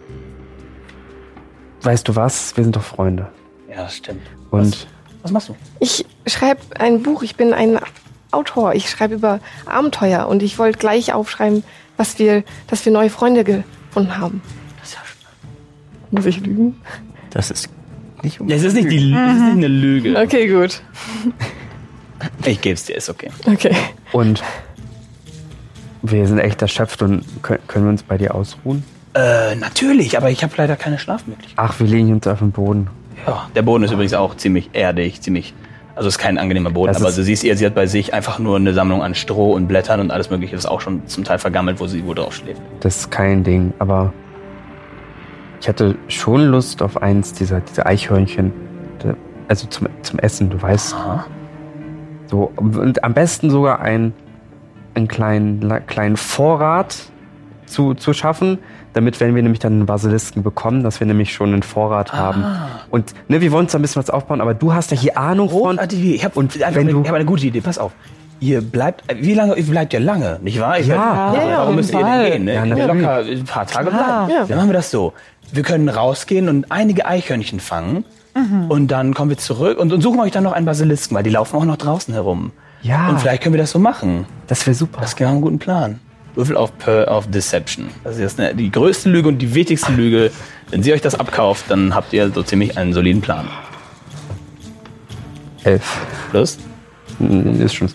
S6: weißt du was? Wir sind doch Freunde.
S2: Ja, stimmt.
S6: Und
S2: Was machst du?
S5: Ich schreibe ein Buch, ich bin ein Autor, ich schreibe über Abenteuer und ich wollte gleich aufschreiben, was wir, dass wir neue Freunde gefunden haben.
S2: Das ist ja spannend.
S5: Muss ich lügen?
S3: Das ist nicht um.
S2: Es ist nicht, die, es ist nicht eine Lüge.
S5: Okay, gut.
S2: Ich geb's dir, ist okay.
S5: Okay.
S6: und wir sind echt erschöpft und können, können wir uns bei dir ausruhen?
S2: Äh, natürlich, aber ich habe leider keine Schlafmöglichkeit.
S6: Ach, wir legen uns auf den Boden.
S2: Ja, der Boden ist übrigens auch ziemlich erdig, ziemlich. Also ist kein angenehmer Boden,
S6: Das
S2: aber
S6: ist-
S2: du siehst ihr, sie hat bei sich einfach nur eine Sammlung an Stroh und Blättern und alles mögliche, ist auch schon zum Teil vergammelt, wo sie wohl drauf schläft.
S6: Das ist kein Ding, aber ich hatte schon Lust auf eins dieser, dieser Eichhörnchen. Da- Also zum, zum Essen, du weißt.
S2: Aha.
S6: So, und am besten sogar ein, einen kleinen, la- kleinen Vorrat zu, zu schaffen, damit, wenn wir nämlich dann einen Basilisken bekommen, dass wir nämlich schon einen Vorrat haben.
S2: Ah,
S6: Und ne, wir wollen uns da ein bisschen was aufbauen, aber du hast ja hier Ahnung von.
S2: großartige Idee. Ah, Ich habe
S6: Und
S2: hab
S6: wenn
S2: eine,
S6: du-
S2: ich hab eine gute Idee, pass auf. Ihr bleibt, äh, wie lange, ihr bleibt ja lange, nicht wahr? Ich
S6: Ja.
S2: werd-
S4: Ja, ja,
S2: warum
S4: auf
S2: müsst ihr
S4: jeden
S2: denn
S4: Fall.
S2: gehen? Ne?
S6: Ja,
S2: Ja,
S6: natürlich.
S2: locker ein paar Tage
S4: Klar.
S2: bleiben. Dann machen wir das so. Wir können rausgehen und einige Eichhörnchen fangen.
S4: Mhm.
S2: Und dann kommen wir zurück und, und suchen euch dann noch einen Basilisken, weil die laufen auch noch draußen herum.
S6: Ja,
S2: Und vielleicht können wir das so machen.
S6: das wäre super.
S2: Das ist genau ein guter Plan. Würfel auf, per, auf Deception. Das ist jetzt eine, die größte Lüge und die wichtigste Lüge. Wenn sie euch das abkauft, dann habt ihr so ziemlich einen soliden Plan.
S6: Elf.
S2: Plus,
S6: Hm, Ist schon.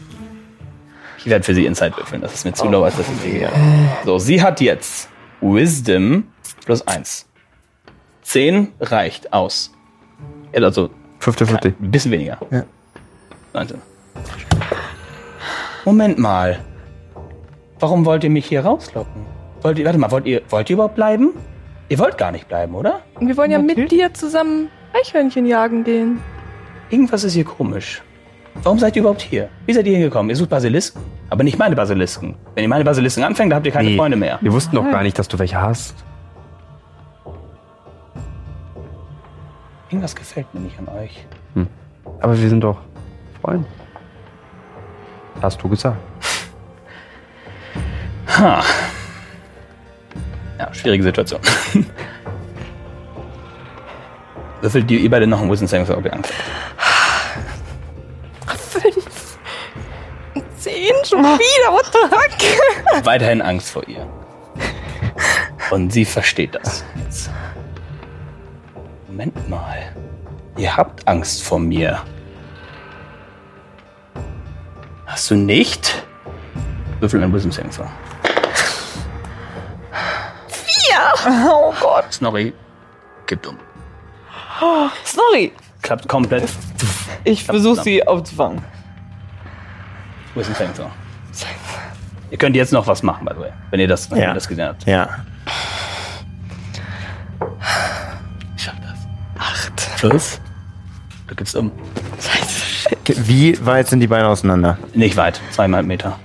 S2: ich werde für sie Insight würfeln. Das ist mir zu low, als dass ich sie hier. So, sie hat jetzt Wisdom plus 1. 10 reicht aus. Ja, Also
S6: 50-50.
S2: Ein bisschen weniger.
S6: Ja.
S2: Warte. Moment mal. Warum wollt ihr mich hier rauslocken? Wollt ihr, warte mal, wollt ihr, wollt ihr überhaupt bleiben? Ihr wollt gar nicht bleiben, oder?
S7: Und wir wollen ja mit dir zusammen Eichhörnchen jagen gehen. *laughs*
S2: Irgendwas ist hier komisch. Warum seid ihr überhaupt hier? Wie seid ihr hier gekommen? Ihr sucht Basilisken, aber nicht meine Basilisken. Wenn ihr meine Basilisken anfängt, dann habt ihr keine
S6: Nee.
S2: Freunde mehr. Hm.
S6: Wir wussten doch gar nicht, dass du welche hast.
S2: Irgendwas gefällt mir nicht an euch.
S6: Aber wir sind doch Freunde. Hast du gesagt.
S2: Ha. Ja, schwierige Situation. Würfelt ihr ihr beide noch einen Wisdom Saving Throw, ob ihr Angst habt?
S7: Fünf. Zehn schon wieder, what the fuck?
S2: weiterhin Angst vor ihr. Und sie versteht das jetzt. Moment mal. Ihr habt Angst vor mir. Hast du nicht? Würfel ein Wisdom Saving Throw. Vier! Oh Gott. Snorri gibt um.
S4: Snorri!
S2: Klappt komplett.
S4: Ich versuche sie aufzufangen.
S2: Wisdom Saving Throw. Ihr könnt jetzt noch was machen, by the way. Wenn ihr das, wenn
S3: Ja.
S2: ihr das gesehen habt.
S3: Ja.
S2: Ich schaff das. Acht. Fünf. Du gibst um.
S3: Wie weit sind die Beine auseinander?
S2: Nicht weit. Zweieinhalb Meter.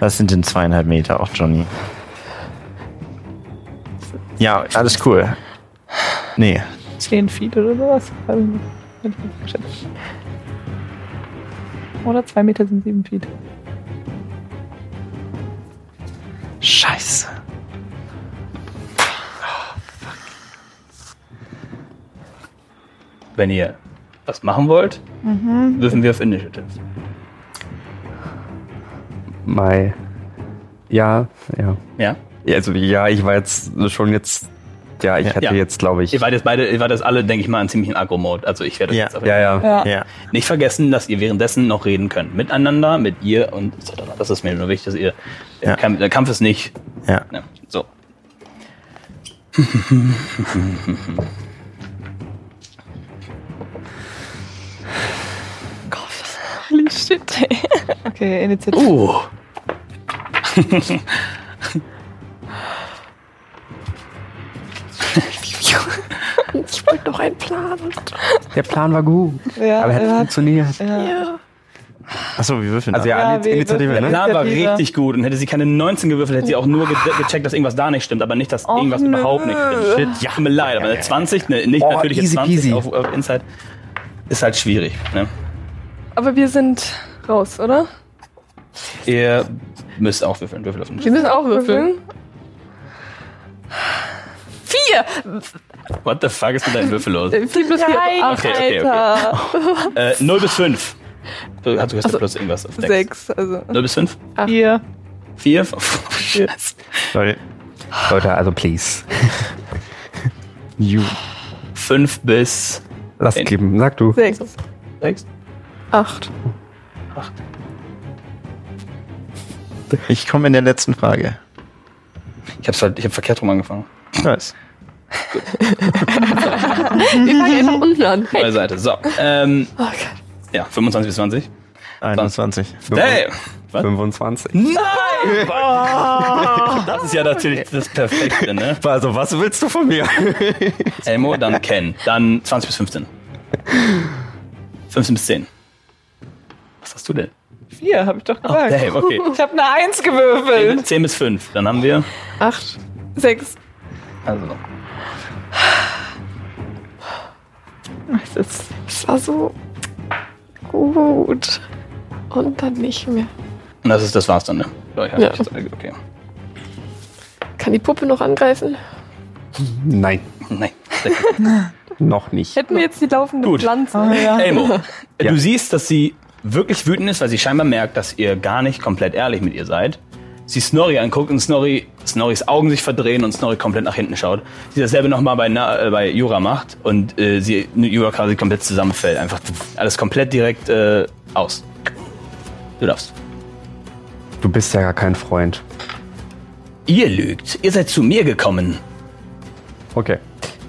S3: Das sind denn zweieinhalb Meter auch, Johnny. Ja, alles cool. Nee.
S4: Zehn Feet oder sowas. Hab ich nicht- hab ich nicht geschätzt. Oder zwei Meter sind sieben Feet.
S3: Scheiße.
S2: Wenn ihr was machen wollt,
S3: Mhm.
S2: würfen wir auf Initiative.
S6: Mai. Ja, ja.
S2: Ja?
S6: Ja, Also ja, ich war jetzt schon jetzt. Ja, ich hatte
S2: Ja.
S6: jetzt, glaube ich.
S2: Ihr wart jetzt beide, ihr wart jetzt alle, denke ich mal, in ziemlichen Agro-Mode. Also ich werde euch
S3: Ja.
S2: jetzt auf
S6: ja, ja,
S4: Ja.
S3: Ja.
S2: nicht vergessen, dass ihr währenddessen noch reden könnt. Miteinander, mit ihr und etc. Das ist mir nur wichtig, dass ihr. Der,
S3: Ja.
S2: Kampf, der Kampf ist nicht.
S3: Ja.
S2: Ne, so.
S7: Holy shit, ey.
S4: Okay, Initiative.
S2: Uh.
S5: Ich wollte doch einen Plan. Und,
S6: Der Plan war gut.
S4: Ja,
S6: aber er hat
S4: er hat,
S6: funktioniert.
S4: ja.
S5: ja.
S3: Achso, wir würfeln.
S6: Also
S3: ab.
S6: ja,
S4: Ja,
S6: Iniz-
S4: wir
S6: Initiative,
S2: Der
S4: würfeln.
S6: ne?
S2: Plan war
S4: Initiative.
S2: richtig gut und hätte sie keine 19 gewürfelt, hätte sie auch nur ge- gecheckt, dass irgendwas da nicht stimmt, aber nicht, dass
S4: Och,
S2: irgendwas
S4: nö.
S2: überhaupt nicht stimmt. Shit, ja, tut mir leid, aber eine 20, eine nicht
S6: Oh,
S2: natürliche
S6: easy
S2: 20
S6: peasy.
S2: auf, auf Inside ist halt schwierig. Ne?
S7: Aber wir sind raus, oder?
S2: Ihr müsst auch würfeln, würfel auf den
S7: Wir müssen auch würfeln.
S2: What the fuck ist mit deinem Würfel los?
S7: Äh, Vier plus vier. Ach,
S2: Okay, okay, okay.
S4: Alter.
S2: Äh, 0 bis 5. Du hast, du hast ja plus irgendwas auf Dex.
S7: Also sechs. Also.
S2: 0 bis 5?
S4: Hier.
S2: 4?
S3: Leute,
S6: Leute, also *laughs* please.
S2: 5 bis
S6: Lass
S2: Wenn-
S6: geben, sag du.
S7: Sechs.
S2: 6?
S7: Acht.
S2: 8.
S3: ich komme in der letzten Frage.
S2: Ich hab's halt, ich hab verkehrt rum angefangen.
S3: Ich weiß.
S5: Wir fangen einfach
S7: Mhm.
S5: unten an.
S2: Neue Seite. So. Ähm,
S5: Oh Gott.
S2: ja, 25 bis 20.
S3: 21.
S2: Hey! Was?
S6: 25.
S2: Nein! Das ist ja natürlich das Perfekte, ne?
S6: Also, was willst du von mir?
S2: Elmo, dann Ken. Dann 20 bis 15. 15 bis 10. Was hast du denn?
S4: Vier, hab ich doch
S2: Ah,
S4: gesagt.
S2: damn, okay.
S4: ich hab eine Eins gewürfelt.
S2: 10 bis 5. Dann haben wir.
S5: Acht.
S7: Sechs.
S2: Also.
S4: Es ist
S5: Das war so gut. Und dann nicht mehr.
S2: Und das ist, das war's dann, ne? Ja, ich hab
S5: Ja.
S2: nichts. Okay.
S5: Kann die Puppe noch angreifen?
S6: Nein,
S2: Nein.
S6: noch nicht.
S7: Hätten wir jetzt die laufende
S2: Gut.
S1: Ah,
S7: Pflanze.
S4: ja.
S2: Elmo,
S6: Ja.
S2: du siehst, dass sie wirklich wütend ist, weil sie scheinbar merkt, dass ihr gar nicht komplett ehrlich mit ihr seid. Sie Snorri anguckt und Snorri, Snorris Augen sich verdrehen und Snorri komplett nach hinten schaut. Sie dasselbe nochmal bei, Na- äh, bei Jura macht und äh, sie Jura quasi komplett zusammenfällt. Einfach alles komplett direkt äh, aus. Du darfst.
S6: Du bist ja gar kein Freund.
S2: Ihr lügt. Ihr seid zu mir gekommen.
S6: Okay.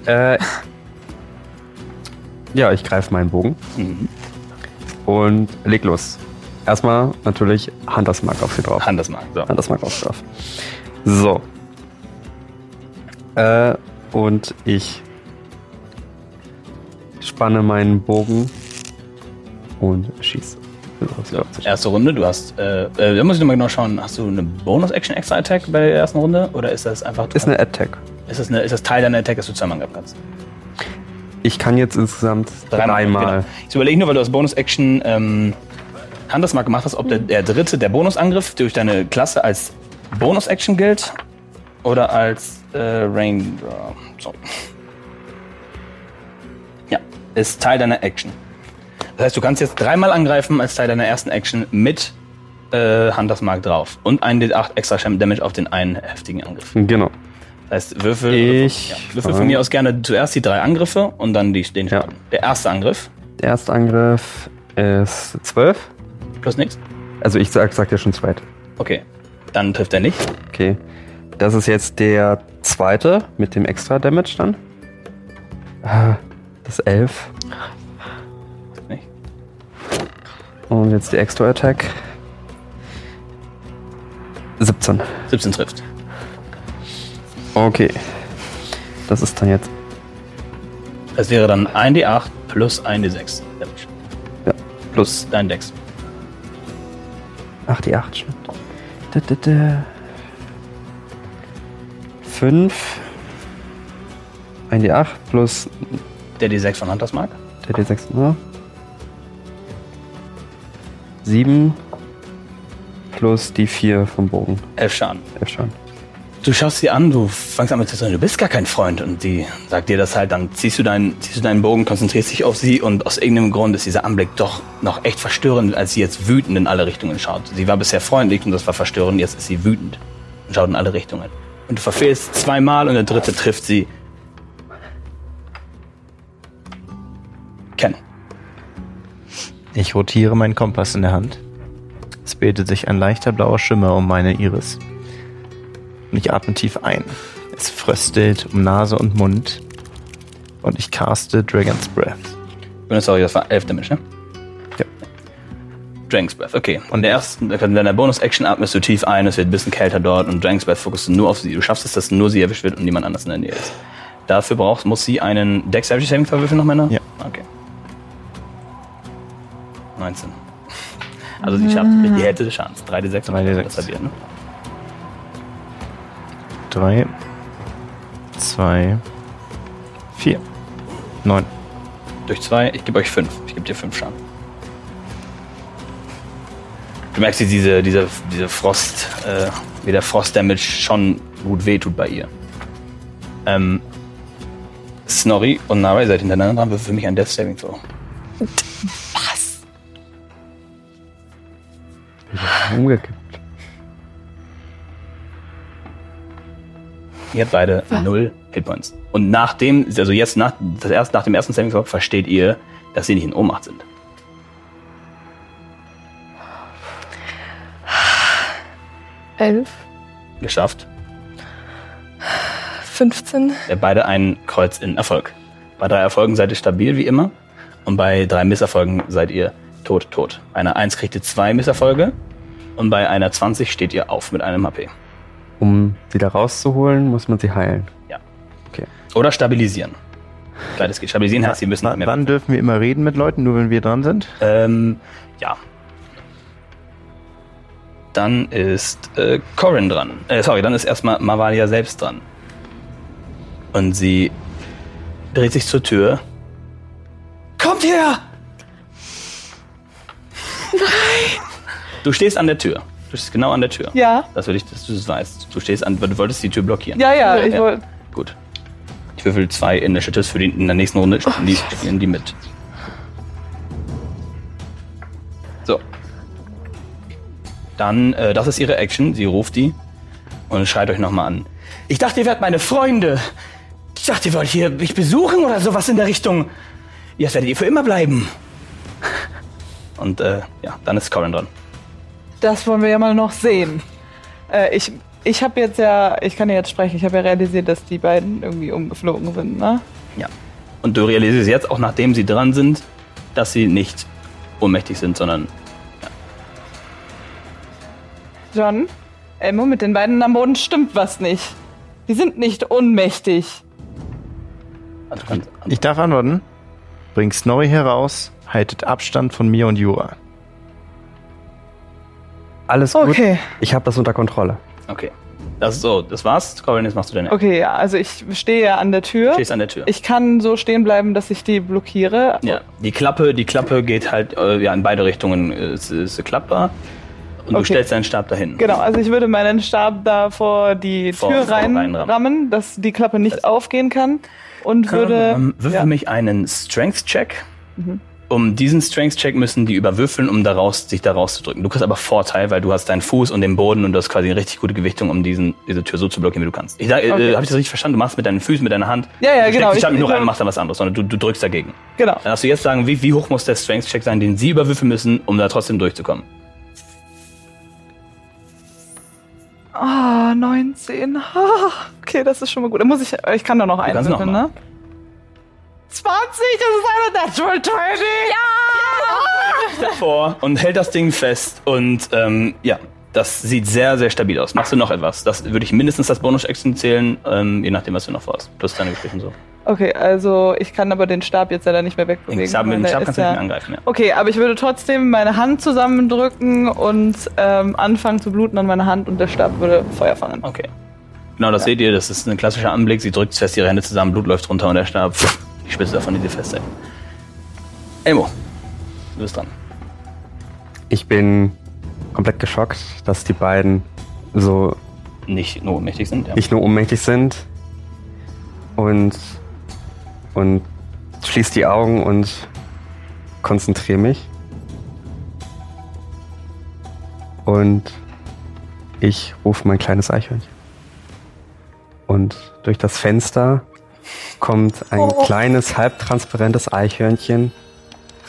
S6: Äh, ja, ich greife meinen Bogen und leg los. Erstmal natürlich Handelsmark auf sie drauf.
S2: Hand das mal. So.
S6: Ah, das mag auch Straf. So. Äh, und ich spanne meinen Bogen und schieße.
S2: So, erste Runde, du hast, äh, äh, da muss ich nochmal genau schauen, hast du eine Bonus-Action extra Attack bei der ersten Runde oder ist das einfach
S6: Ist eine Attack.
S2: ist das, eine, ist das Teil deiner Attack, dass du zweimal gehabt kannst?
S6: Ich kann jetzt insgesamt dreimal.
S2: Genau. Ich überlege nur, weil du als Bonus-Action ähm, Handelsmark gemacht hast, ob der, der dritte, der Bonusangriff durch deine Klasse als Bonus-Action gilt oder als äh, Raindrop. Sorry. Ja, ist Teil deiner Action. Das heißt, du kannst jetzt dreimal angreifen als Teil deiner ersten Action mit äh, Handelsmark drauf und 1d8 extra Champ Damage auf den einen heftigen Angriff.
S6: Genau.
S2: Das heißt, würfel,
S6: Ich-
S2: ja, würfel von mir aus gerne zuerst die drei Angriffe und dann die, den Schaden. Der erste Angriff,
S6: Der erste Angriff ist 12.
S2: plus nichts.
S6: Also ich sag, sag dir schon zweit.
S2: Okay, dann trifft er nicht.
S6: Okay. Das ist jetzt der zweite mit dem extra Damage dann. Ah, Das 11.
S2: Nicht.
S6: Und jetzt die Extra Attack. 17.
S2: 17 trifft.
S6: Okay. Das ist dann jetzt.
S2: Das wäre dann 1d8 plus 1d6 Damage.
S6: Ja,
S2: Plus dein Dex.
S6: Ach, die 8 stimmt. Da, da, da. 5. 1 die 8 plus
S2: Der d6 von Hunters Mark.
S6: der D6. Ne? 7 plus die 4 vom Bogen.
S2: 11 Schaden.
S6: 11 Schaden.
S2: Du schaust sie an, du fängst an mit zu sagen, du bist gar kein Freund. Und sie sagt dir das halt, dann ziehst du, deinen, ziehst du deinen Bogen, konzentrierst dich auf sie und aus irgendeinem Grund ist dieser Anblick doch noch echt verstörend, als sie jetzt wütend in alle Richtungen schaut. Sie war bisher freundlich und das war verstörend, jetzt ist sie wütend und schaut in alle Richtungen. Und du verfehlst zweimal und der dritte trifft sie. Ken.
S3: Ich rotiere meinen Kompass in der Hand. Es bildet sich ein leichter blauer Schimmer um meine Iris. Und ich atme tief ein. Es fröstelt um Nase und Mund. Und ich caste Dragon's Breath.
S2: Und sorry, das war 11 Damage, ne?
S3: Ja.
S2: Drank's Breath, okay. Und der ersten, in deiner Bonus-Action atmest du tief ein, es wird ein bisschen kälter dort und Drank's Breath fokussest du nur auf sie. Du schaffst es, dass nur sie erwischt wird und niemand anders in der Nähe ist. Dafür brauchst, muss sie einen Dexterity Saving verwürfeln noch, meiner?
S3: Ja.
S2: Okay. 19. *laughs* Also sie schafft die Hälfte des Schadens. 3d6 und
S3: 3d6.
S2: das halbiert, ne?
S3: Drei, zwei, vier, neun.
S2: Durch zwei, ich gebe euch fünf. Ich gebe dir fünf Schaden. Du merkst, wie diese, diese, diese Frost, äh, wie der Frost-Damage schon gut wehtut bei ihr. Ähm, Snorri und Nara, ihr seid hintereinander dran, würfel für mich ein Death Saving Throw.
S6: Umgekippt.
S2: Ihr habt beide null Hitpoints. Und nachdem, also jetzt nach, das erst, nach dem ersten Saving Throw versteht ihr, dass sie nicht in Ohnmacht sind.
S7: Elf,
S2: Geschafft.
S7: 15.
S2: Ihr habt Äh, beide ein Kreuz in Erfolg. Bei drei Erfolgen seid ihr stabil wie immer. Und bei drei Misserfolgen seid ihr tot, tot. Bei einer 1 kriegt ihr zwei Misserfolge. Und bei einer 20 steht ihr auf mit einem HP.
S6: Um sie da rauszuholen, muss man sie heilen.
S2: Oder stabilisieren. Klar, das geht. Stabilisieren heißt, ihr müsst nicht
S3: Wann,
S2: mehr.
S3: wann dürfen wir immer reden mit Leuten? Nur wenn wir dran sind?
S2: Ähm, ja. Dann ist äh, Corin dran. Äh, sorry, dann ist erstmal Mavalia selbst dran. Und sie dreht sich zur Tür. Kommt her! Du stehst an der Tür. Du stehst genau an der Tür.
S1: Ja,
S2: Das will ich, dass du das weißt. Du stehst an, du wolltest die Tür blockieren.
S1: ja, ja, ich
S2: Ja.
S1: wollte.
S2: Gut. Ich würfel zwei Initiatives für die Oh. in der nächsten Runde. Spielen die, spielen die mit. So, Dann, äh, das ist ihre Action. Sie ruft die und schreit euch nochmal an. Ich dachte, ihr wärt meine Freunde. Ich dachte, ihr wollt hier mich besuchen oder sowas in der Richtung. Jetzt werdet ihr für immer bleiben. Und äh, ja, dann ist Corin dran.
S1: Das wollen wir ja mal noch sehen. Äh, ich ich habe jetzt ja, ich kann ja jetzt sprechen, ich habe ja realisiert, dass die beiden irgendwie umgeflogen sind, ne?
S2: Ja. Und du realisierst jetzt, auch nachdem sie dran sind, dass sie nicht ohnmächtig sind, sondern
S1: John, Elmo, mit den beiden am Boden stimmt was nicht. Die sind nicht ohnmächtig.
S2: also ganz
S3: Ich darf antworten. Bringt Snorri heraus, haltet Abstand von mir und Jura.
S6: Alles gut.
S1: Okay,
S6: Ich habe das unter Kontrolle.
S2: Okay. Das ist so, das war's. Corin, jetzt machst du deine Action.
S1: okay, ja, also ich stehe ja an der Tür.
S2: Stehst an der Tür.
S1: Ich kann so stehen bleiben, dass ich die blockiere.
S2: ja. Die Klappe, die Klappe geht halt äh, ja, in beide Richtungen. Es ist klappbar. Und du
S1: Okay.
S2: stellst deinen Stab dahin.
S1: Genau, also ich würde meinen Stab da vor die
S2: Vor-
S1: Tür
S2: vor reinrammen. Also-
S1: reinrammen, dass die Klappe nicht aufgehen kann und würde
S2: Ähm, würfel
S1: ja, Mhm.
S2: mich einen Strength-Check. Um diesen Strength-Check müssen die überwürfeln, um daraus, sich da rauszudrücken. Du kriegst aber Vorteil, weil du hast deinen Fuß und den Boden und du hast quasi eine richtig gute Gewichtung, um diesen, diese Tür so zu blockieren, wie du kannst. Ich, sag, äh,
S1: Okay.
S2: Habe ich das richtig verstanden? Du machst mit deinen Füßen, mit deiner Hand.
S1: Ja, ja,
S2: du steckst
S1: genau.
S2: den Stab
S1: Ich-
S2: nicht nur
S1: ich-
S2: rein, und machst dann was anderes, sondern du, du drückst dagegen.
S1: genau.
S2: Dann darfst du jetzt sagen, wie, wie hoch muss der Strength-Check sein, den sie überwürfeln müssen, um da trotzdem durchzukommen.
S1: Ah, 19. Ah, okay, das ist schon mal gut. Da muss ich ich kann da noch einen
S2: kannst noch
S1: würfeln,
S2: mal.
S1: ne? 20, das ist eine Natural 20.
S2: Vor und hält das Ding fest und ähm, ja, das sieht sehr, sehr stabil aus. Machst du noch etwas? Das würde ich mindestens das Bonus-Action zählen, ähm, je nachdem, was du noch vorhast. Plus deine Geschichten so.
S1: Okay, also ich kann aber den Stab jetzt leider nicht mehr wegbewegen.
S2: Den Stab, mit dem
S1: weil der
S2: Stab
S1: ist
S2: kannst du nicht
S1: ja-
S2: mehr angreifen. Ja.
S1: Okay, aber ich würde trotzdem meine Hand zusammendrücken und ähm, anfangen zu bluten an meiner Hand und der Stab würde Feuer fangen.
S2: Okay. Genau, das seht ihr, das ist ein klassischer Anblick. Sie drückt fest ihre Hände zusammen, Blut läuft runter und der Stab, pff, die Spitze davon, die sie festhält. Elmo, du bist dran.
S6: Ich bin komplett geschockt, dass die beiden so
S2: Nicht nur ohnmächtig sind, ja.
S6: nicht nur ohnmächtig sind und, und schließe die Augen und konzentriere mich. Und ich rufe mein kleines Eichhörnchen. Und durch das Fenster kommt ein kleines, halbtransparentes Eichhörnchen,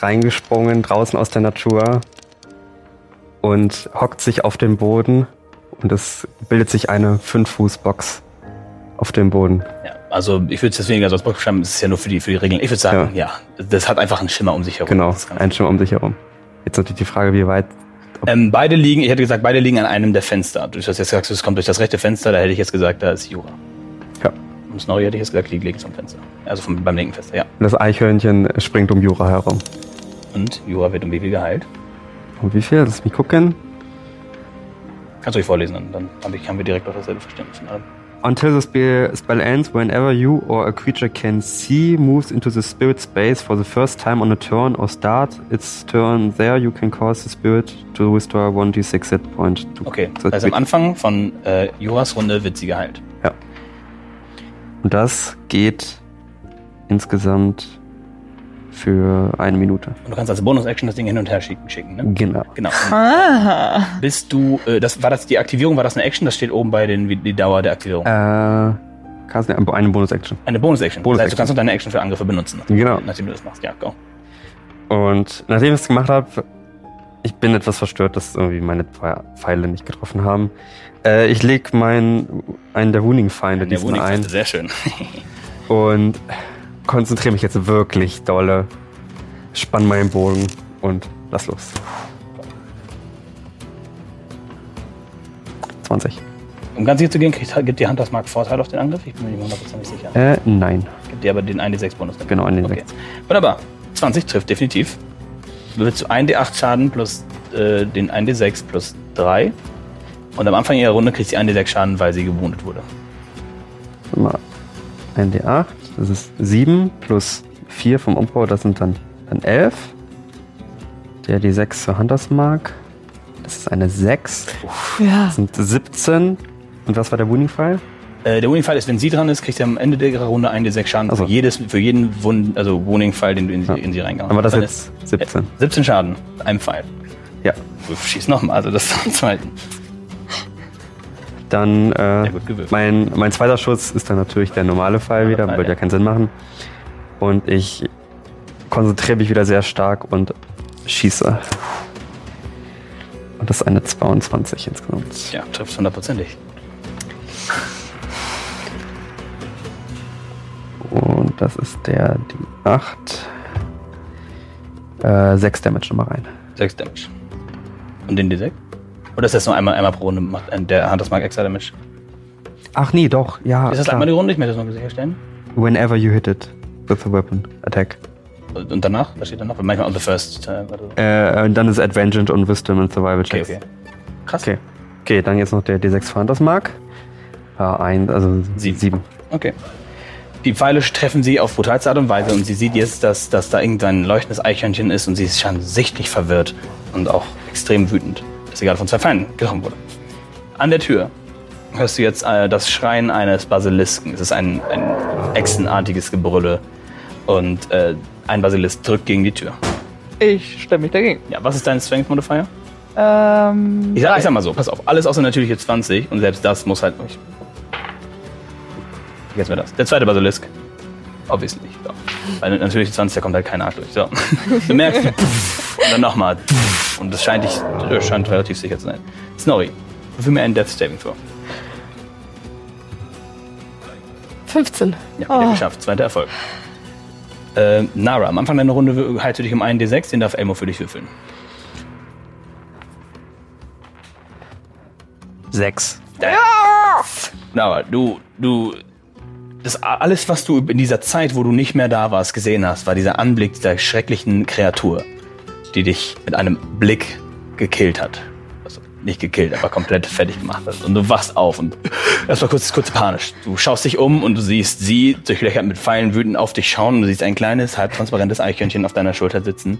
S6: reingesprungen draußen aus der Natur und hockt sich auf den Boden und es bildet sich eine 5-Fuß-Box auf dem Boden.
S2: ja. Also ich würde es jetzt weniger so als Bock beschreiben, es ist ja nur für die, für die Regeln. Ich würde sagen, ja. das hat einfach einen Schimmer um sich herum.
S6: Genau,
S2: Das Ganze.
S6: ein Schirm um sich herum. Jetzt natürlich die Frage, wie weit.
S2: Ähm, beide liegen, ich hätte gesagt, beide liegen an einem der Fenster. Du hast jetzt gesagt, es kommt durch das rechte Fenster, da hätte ich jetzt gesagt, da ist Jura.
S6: Ja.
S2: Und Snorri hätte ich jetzt gesagt, liegt links am Fenster. Also vom, beim linken Fenster, ja.
S6: Das Eichhörnchen springt um Jura herum.
S2: Und Jura wird um wie viel geheilt?
S6: Und wie viel? Lass mich gucken.
S2: Kannst du ruhig vorlesen, dann, dann hab ich, haben wir direkt auch dasselbe Verständnis. von allem.
S6: Until the spell, spell ends, whenever you or a creature can see moves into the spirit space for the first time on a turn or start its turn there, you can cause the spirit to restore 1d6 hit point. To
S2: Okay,
S6: the
S2: das heißt, am Anfang von äh, Juras Runde wird sie geheilt.
S6: Und das geht insgesamt für eine Minute.
S2: Und du kannst als Bonus-Action das Ding hin und her schicken, schicken ne?
S6: Genau.
S2: Genau. Bist du, äh, das, war das die Aktivierung, war das eine Action? Das steht oben bei den, wie- die Dauer der Aktivierung.
S6: Äh, kannst du eine Bonus-Action.
S2: Eine Bonus-Action.
S6: Bonus-Action.
S2: das heißt, du kannst noch deine Action für Angriffe benutzen.
S6: Genau.
S2: Nachdem du das machst, ja, go.
S6: Und nachdem ich es gemacht habe, ich bin etwas verstört, dass irgendwie meine Pfe- Pfeile nicht getroffen haben. Äh, ich leg meinen, einen der Wounding-Feinde
S2: Der
S6: diesen
S2: Wohnung
S6: ein
S2: sehr schön.
S6: und konzentriere mich jetzt wirklich dolle. Spann meinen Bogen und lass los. 20.
S2: Um ganz sicher zu gehen, kriegt, gibt die Hand das Mark Vorteil auf den Angriff? Ich bin mir nicht hundertprozentig sicher.
S6: Äh, nein.
S2: Gibt dir aber den 1d6 Bonus.
S6: Genau, 1d6.
S2: Wunderbar. 20 trifft definitiv. Du willst du 1d8 Schaden plus äh, den 1d6 plus 3. Und am Anfang ihrer Runde kriegt sie 1d6 Schaden, weil sie gewundet wurde.
S6: Mal ein D8. Das ist 7 plus 4 vom Umbau. Das sind dann, dann 11. Der D6 zur Hunters Mark. Das ist eine 6.
S1: Ja.
S6: Das sind 17. Und was war der Wounding Fall?
S2: Äh, der Wounding-Fall ist, wenn sie dran ist, kriegt sie am Ende ihrer Runde 1d6 Schaden
S6: Also.
S2: für, jedes, für jeden Wund, also Wounding-Fall, den du in, sie-
S6: Ja.
S2: in sie reingegangen
S6: Dann war das
S2: Dann
S6: jetzt
S2: ist-
S6: 17.
S2: Äh, 17 Schaden, einem Pfeil.
S6: Ja.
S2: Schieß nochmal, also das *laughs* zum zweiten.
S6: Dann äh,
S2: Ja, gut gewürfelt.
S6: mein, mein zweiter Schuss ist dann natürlich der normale Fall wieder,
S2: Fall,
S6: würde ja
S2: ja.
S6: keinen Sinn machen. Und ich konzentriere mich wieder sehr stark und schieße. Und das ist eine 22 insgesamt.
S2: Ja, trifft hundertprozentig.
S6: Und das ist der die 8. Äh, 6 Damage nochmal rein.
S2: 6 Damage. Und den D6? Oder ist das nur einmal, einmal pro Runde? Macht, äh, der Hunters Mark extra Damage.
S6: Ach nee, doch, ja.
S2: ist das
S6: klar.
S2: einmal die Runde? Ich möchte das noch sicherstellen.
S6: Whenever you hit it with a weapon attack.
S2: Und und danach? Was steht danach? Weil manchmal on the first. Äh, warte.
S6: Äh, und dann ist Advantage und Wisdom and Survival
S2: okay,
S6: Checks.
S2: okay. Krass.
S6: Okay. Okay, dann jetzt noch der D6 Fantas Mark. Ja, ein, also
S2: Sieben.
S6: sieben. sieben.
S2: Okay. Die Pfeile treffen sie auf brutalste Art und Weise und sie sieht jetzt, dass, dass da irgendein leuchtendes Eichhörnchen ist und sie ist schon sichtlich verwirrt und auch extrem wütend, dass sie gerade von zwei Feinden getroffen wurde. An der Tür hörst du jetzt äh, das Schreien eines Basilisken. Es ist ein, ein echsenartiges Gebrülle und äh, ein Basilisk drückt gegen die Tür.
S8: Ich stelle mich dagegen.
S2: Ja, was ist dein Strength Modifier?
S8: Ähm,
S2: Ich sag, ich sag mal so, pass auf, alles außer natürliche 20 und selbst das muss halt. Ich, vergessen wir das. Der zweite Basilisk. Obviously. So. Weil natürliche 20, da kommt halt kein Arsch durch. So. Du merkst, pff, und dann nochmal. pff, Und das scheint dich, das scheint relativ sicher zu sein. Snorri, für mir einen Death Saving Throw.
S5: 15.
S2: Ja, wieder geschafft. Zweiter Erfolg. Äh, Nara, am Anfang deiner Runde heizt du dich um einen D6, den darf Elmo für dich würfeln.
S6: Sechs.
S2: Nara, du, du, das a- alles, was du in dieser Zeit, wo du nicht mehr da warst, gesehen hast, war dieser Anblick dieser schrecklichen Kreatur, die dich mit einem Blick gekillt hat. Also nicht gekillt, aber komplett fertig gemacht hat. Und du wachst auf und erstmal kurz, kurz panisch. Du schaust dich um und du siehst sie durchlöchert mit Pfeilen wütend auf dich schauen. Und du siehst ein kleines, halbtransparentes Eichhörnchen auf deiner Schulter sitzen.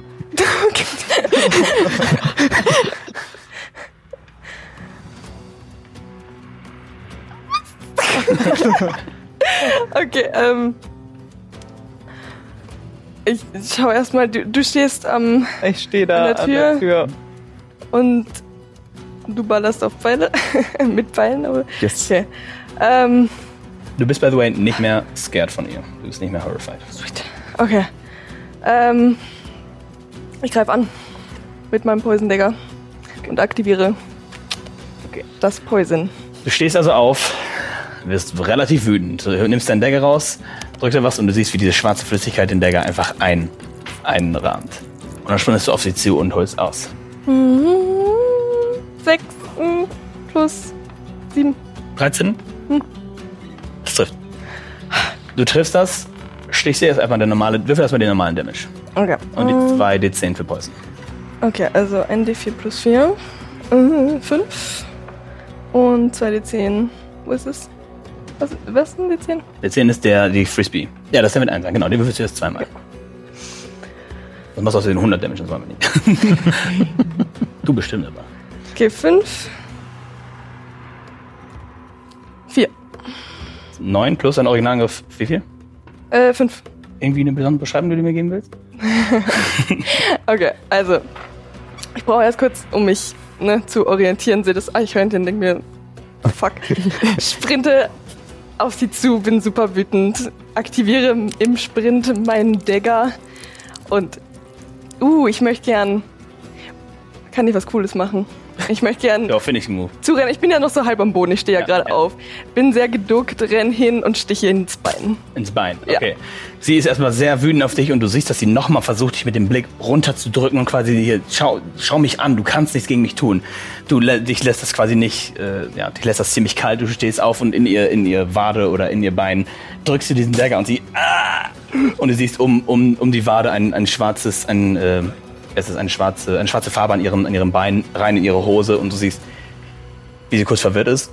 S1: Okay, ähm. Ich schau erstmal, du, du stehst ähm,
S8: ich stehe da
S1: An der
S8: an der Tür.
S1: und du ballerst auf Pfeile. *laughs* Mit Pfeilen, aber.
S6: Yes.
S1: Okay. Ähm,
S2: Du bist, by the way, nicht mehr scared von ihr. Du bist nicht mehr horrified.
S1: okay. Ähm. Ich greife an. Mit meinem Poison-Dagger. Und aktiviere.
S2: Okay.
S1: Das Poison.
S2: Du stehst also auf, wirst relativ wütend, Du nimmst deinen Dagger raus, drückst da was und du siehst, wie diese schwarze Flüssigkeit den Dagger einfach ein, einrahmt. Und dann springst du auf sie zu und holst aus.
S1: Mhm. 6 plus Hm. 7.
S2: 13? Das trifft. Du triffst das, stichst dir erst einmal den normalen, würfel erstmal den normalen Damage.
S1: Okay. Mhm.
S2: Und die 2d10 für Poison.
S1: Okay, also ein D4 plus 4. 5. Und 2 D10. Wo ist es? Was, was ist ein D10?
S2: D10 ist der, die Frisbee. Ja, das ist der mit 1 sein, genau, den würfelst du erst zweimal. Das machst du aus den 100 Damage, das wollen wir nicht. *laughs* du bestimmt aber.
S1: Okay, 5. 4.
S2: 9 plus ein Originalangriff, wie viel?
S1: Äh, 5.
S2: irgendwie eine besondere Beschreibung, die du mir geben willst?
S1: Okay, also. Ich brauche erst kurz, um mich ne, zu orientieren, sehe das Eichhörnchen, denke mir,
S2: *laughs*
S1: fuck. Sprinte auf sie zu, bin super wütend, aktiviere im Sprint meinen Dagger und. Uh, ich möchte gern. Kann ich was Cooles machen? Ich möchte gern
S2: Ja, finde ich einen Move.
S1: zurennen. Ich bin ja noch so halb am Boden, ich stehe ja,
S2: Ja,
S1: gerade
S2: ja.
S1: auf. Bin sehr geduckt, renn hin und stiche ins Bein.
S2: Ins Bein.
S1: Ja.
S2: Okay. Sie ist erstmal sehr wütend auf dich und du siehst, dass sie nochmal versucht, dich mit dem Blick runterzudrücken und quasi hier, schau, schau mich an, du kannst nichts gegen mich tun. Du lä- dich lässt das quasi nicht, äh, ja, dich lässt das ziemlich kalt, du stehst auf und in ihr, in ihr Wade oder in ihr Bein drückst du diesen Dagger und sie, ah! Und du siehst um, um, um die Wade ein, ein schwarzes, ein, äh, es ist eine schwarze, eine schwarze Farbe an ihrem, an ihrem Bein, rein in ihre Hose und du siehst, wie sie kurz verwirrt ist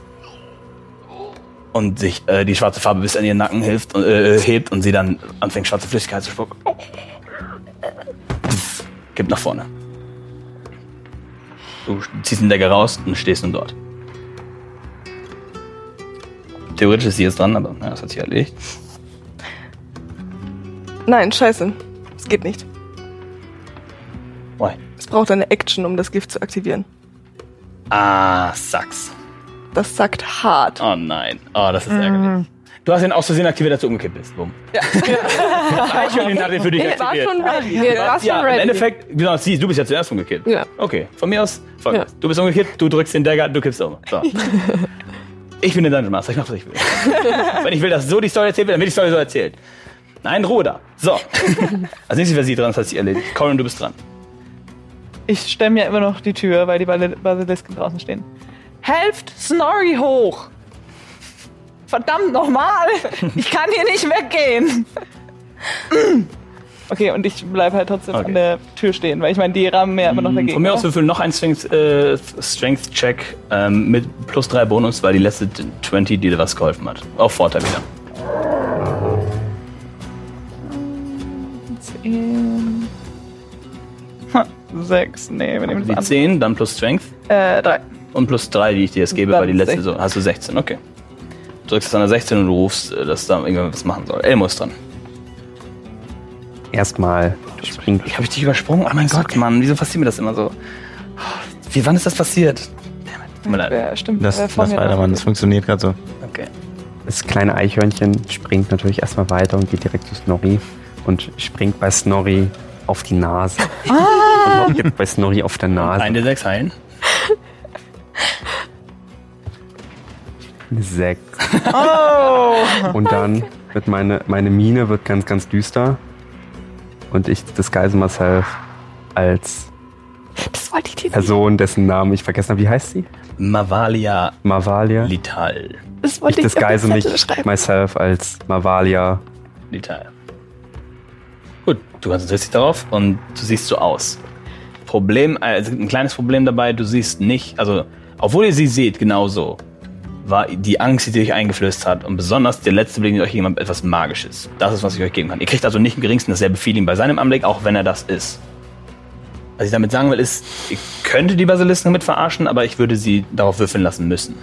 S2: und sich äh, die schwarze Farbe bis an ihren Nacken hilft, äh, hebt und sie dann anfängt, schwarze Flüssigkeit zu spucken. Pff, Gibt nach vorne. Du ziehst den Dagger raus und stehst nun dort. Theoretisch ist sie jetzt dran, aber na, das hat sich erledigt.
S1: Nein, scheiße. Es geht nicht.
S2: Why?
S7: Es braucht eine Action, um das Gift zu aktivieren.
S2: Ah, Sachs.
S7: Das sagt hart.
S2: Oh nein. Oh, das
S7: Mhm.
S2: ist ärgerlich. Du hast ihn aus Versehen aktiviert, als du umgekippt bist. Bumm. Ja. *laughs* ich ihn hatte für dich
S7: Er *laughs* war
S2: aktiviert.
S7: schon ready.
S5: Wir
S7: Er war
S5: lassen
S7: schon
S2: ja, im
S7: ready.
S2: Endeffekt, genau, sie, du bist ja zuerst umgekippt.
S5: Ja.
S2: Okay, von mir aus, folgendes.
S5: Ja.
S2: Du bist umgekippt, du drückst den Dagger, du kippst um.
S5: *laughs*
S2: So. ich bin der Dungeon Master, ich mach, was ich will. Wenn ich will, dass so die Story erzählt wird, dann wird die Story so erzählt. Nein, Ruhe da.
S5: *laughs*
S2: So. Als nächstes wäre sie dran, das hat sie erledigt. Corin, du bist dran.
S1: Ich stelle mir immer noch die Tür, weil die Bal- Basilisken draußen stehen. Helft Snorri hoch! Verdammt nochmal! Ich kann hier nicht weggehen! *clears throat* okay, und ich bleibe halt trotzdem
S2: Okay.
S1: an der Tür stehen, weil ich meine, die rammen mir immer noch dagegen.
S2: Von mir
S1: oder?
S2: aus würfeln noch einen Strength, äh, Strength-Check ähm, mit plus drei Bonus, weil die letzte 20 dir was geholfen hat. Auf Vorteil wieder.
S1: 10. Ha, 6, nee, wir nehmen
S2: Die
S1: das
S2: 10, dann plus Strength.
S1: an. Äh, 3.
S2: Und plus 3, die ich dir jetzt gebe,
S1: Dann
S2: war die letzte.
S1: 16.
S2: So, hast du 16, okay. Du drückst es an der 16 und du rufst, äh, dass da irgendwer was machen soll. Elmo ist dran.
S6: Erstmal springt
S2: Ich habe dich übersprungen. Oh mein Gott, Mann, wieso passiert mir das immer so? Wie, wann ist das passiert? Damn it. Tut mir leid.
S1: Ja, stimmt.
S3: Das,
S1: wer
S3: das
S1: vor mir
S3: weitermachen, das funktioniert gerade so.
S2: Okay.
S6: das kleine Eichhörnchen, springt natürlich erstmal weiter und geht direkt zu Snorri und springt bei Snorri auf die Nase. Und gibt bei Snorri auf der Nase.
S2: Ein der 6 heilen.
S6: Eine Sechs.
S5: Oh!
S6: Und dann wird meine, meine Miene wird ganz, ganz düster. Und ich disguise myself als
S5: Das wollte ich dir nicht.
S6: Person, dessen Namen ich vergessen habe. Wie heißt sie?
S2: Mavalia
S6: Mavalia.
S2: Lital.
S5: Das
S6: Ich
S5: wollte ich, auf den
S6: disguise mich
S5: Zettel schreiben.
S6: myself als Mavalia.
S2: Lital. Gut, du konzentrierst dich darauf und du siehst so aus. Problem, also ein kleines Problem dabei, du siehst nicht, also obwohl ihr sie seht, genau so, war die Angst, die sie euch eingeflößt hat und besonders der letzte Blick, den euch jemand etwas Magisches. Das ist, was ich euch geben kann. Ihr kriegt also nicht im geringsten dasselbe Feeling bei seinem Anblick, auch wenn er das ist. Was ich damit sagen will, ist, ich könnte die Basilisten damit verarschen, aber ich würde sie darauf würfeln lassen müssen.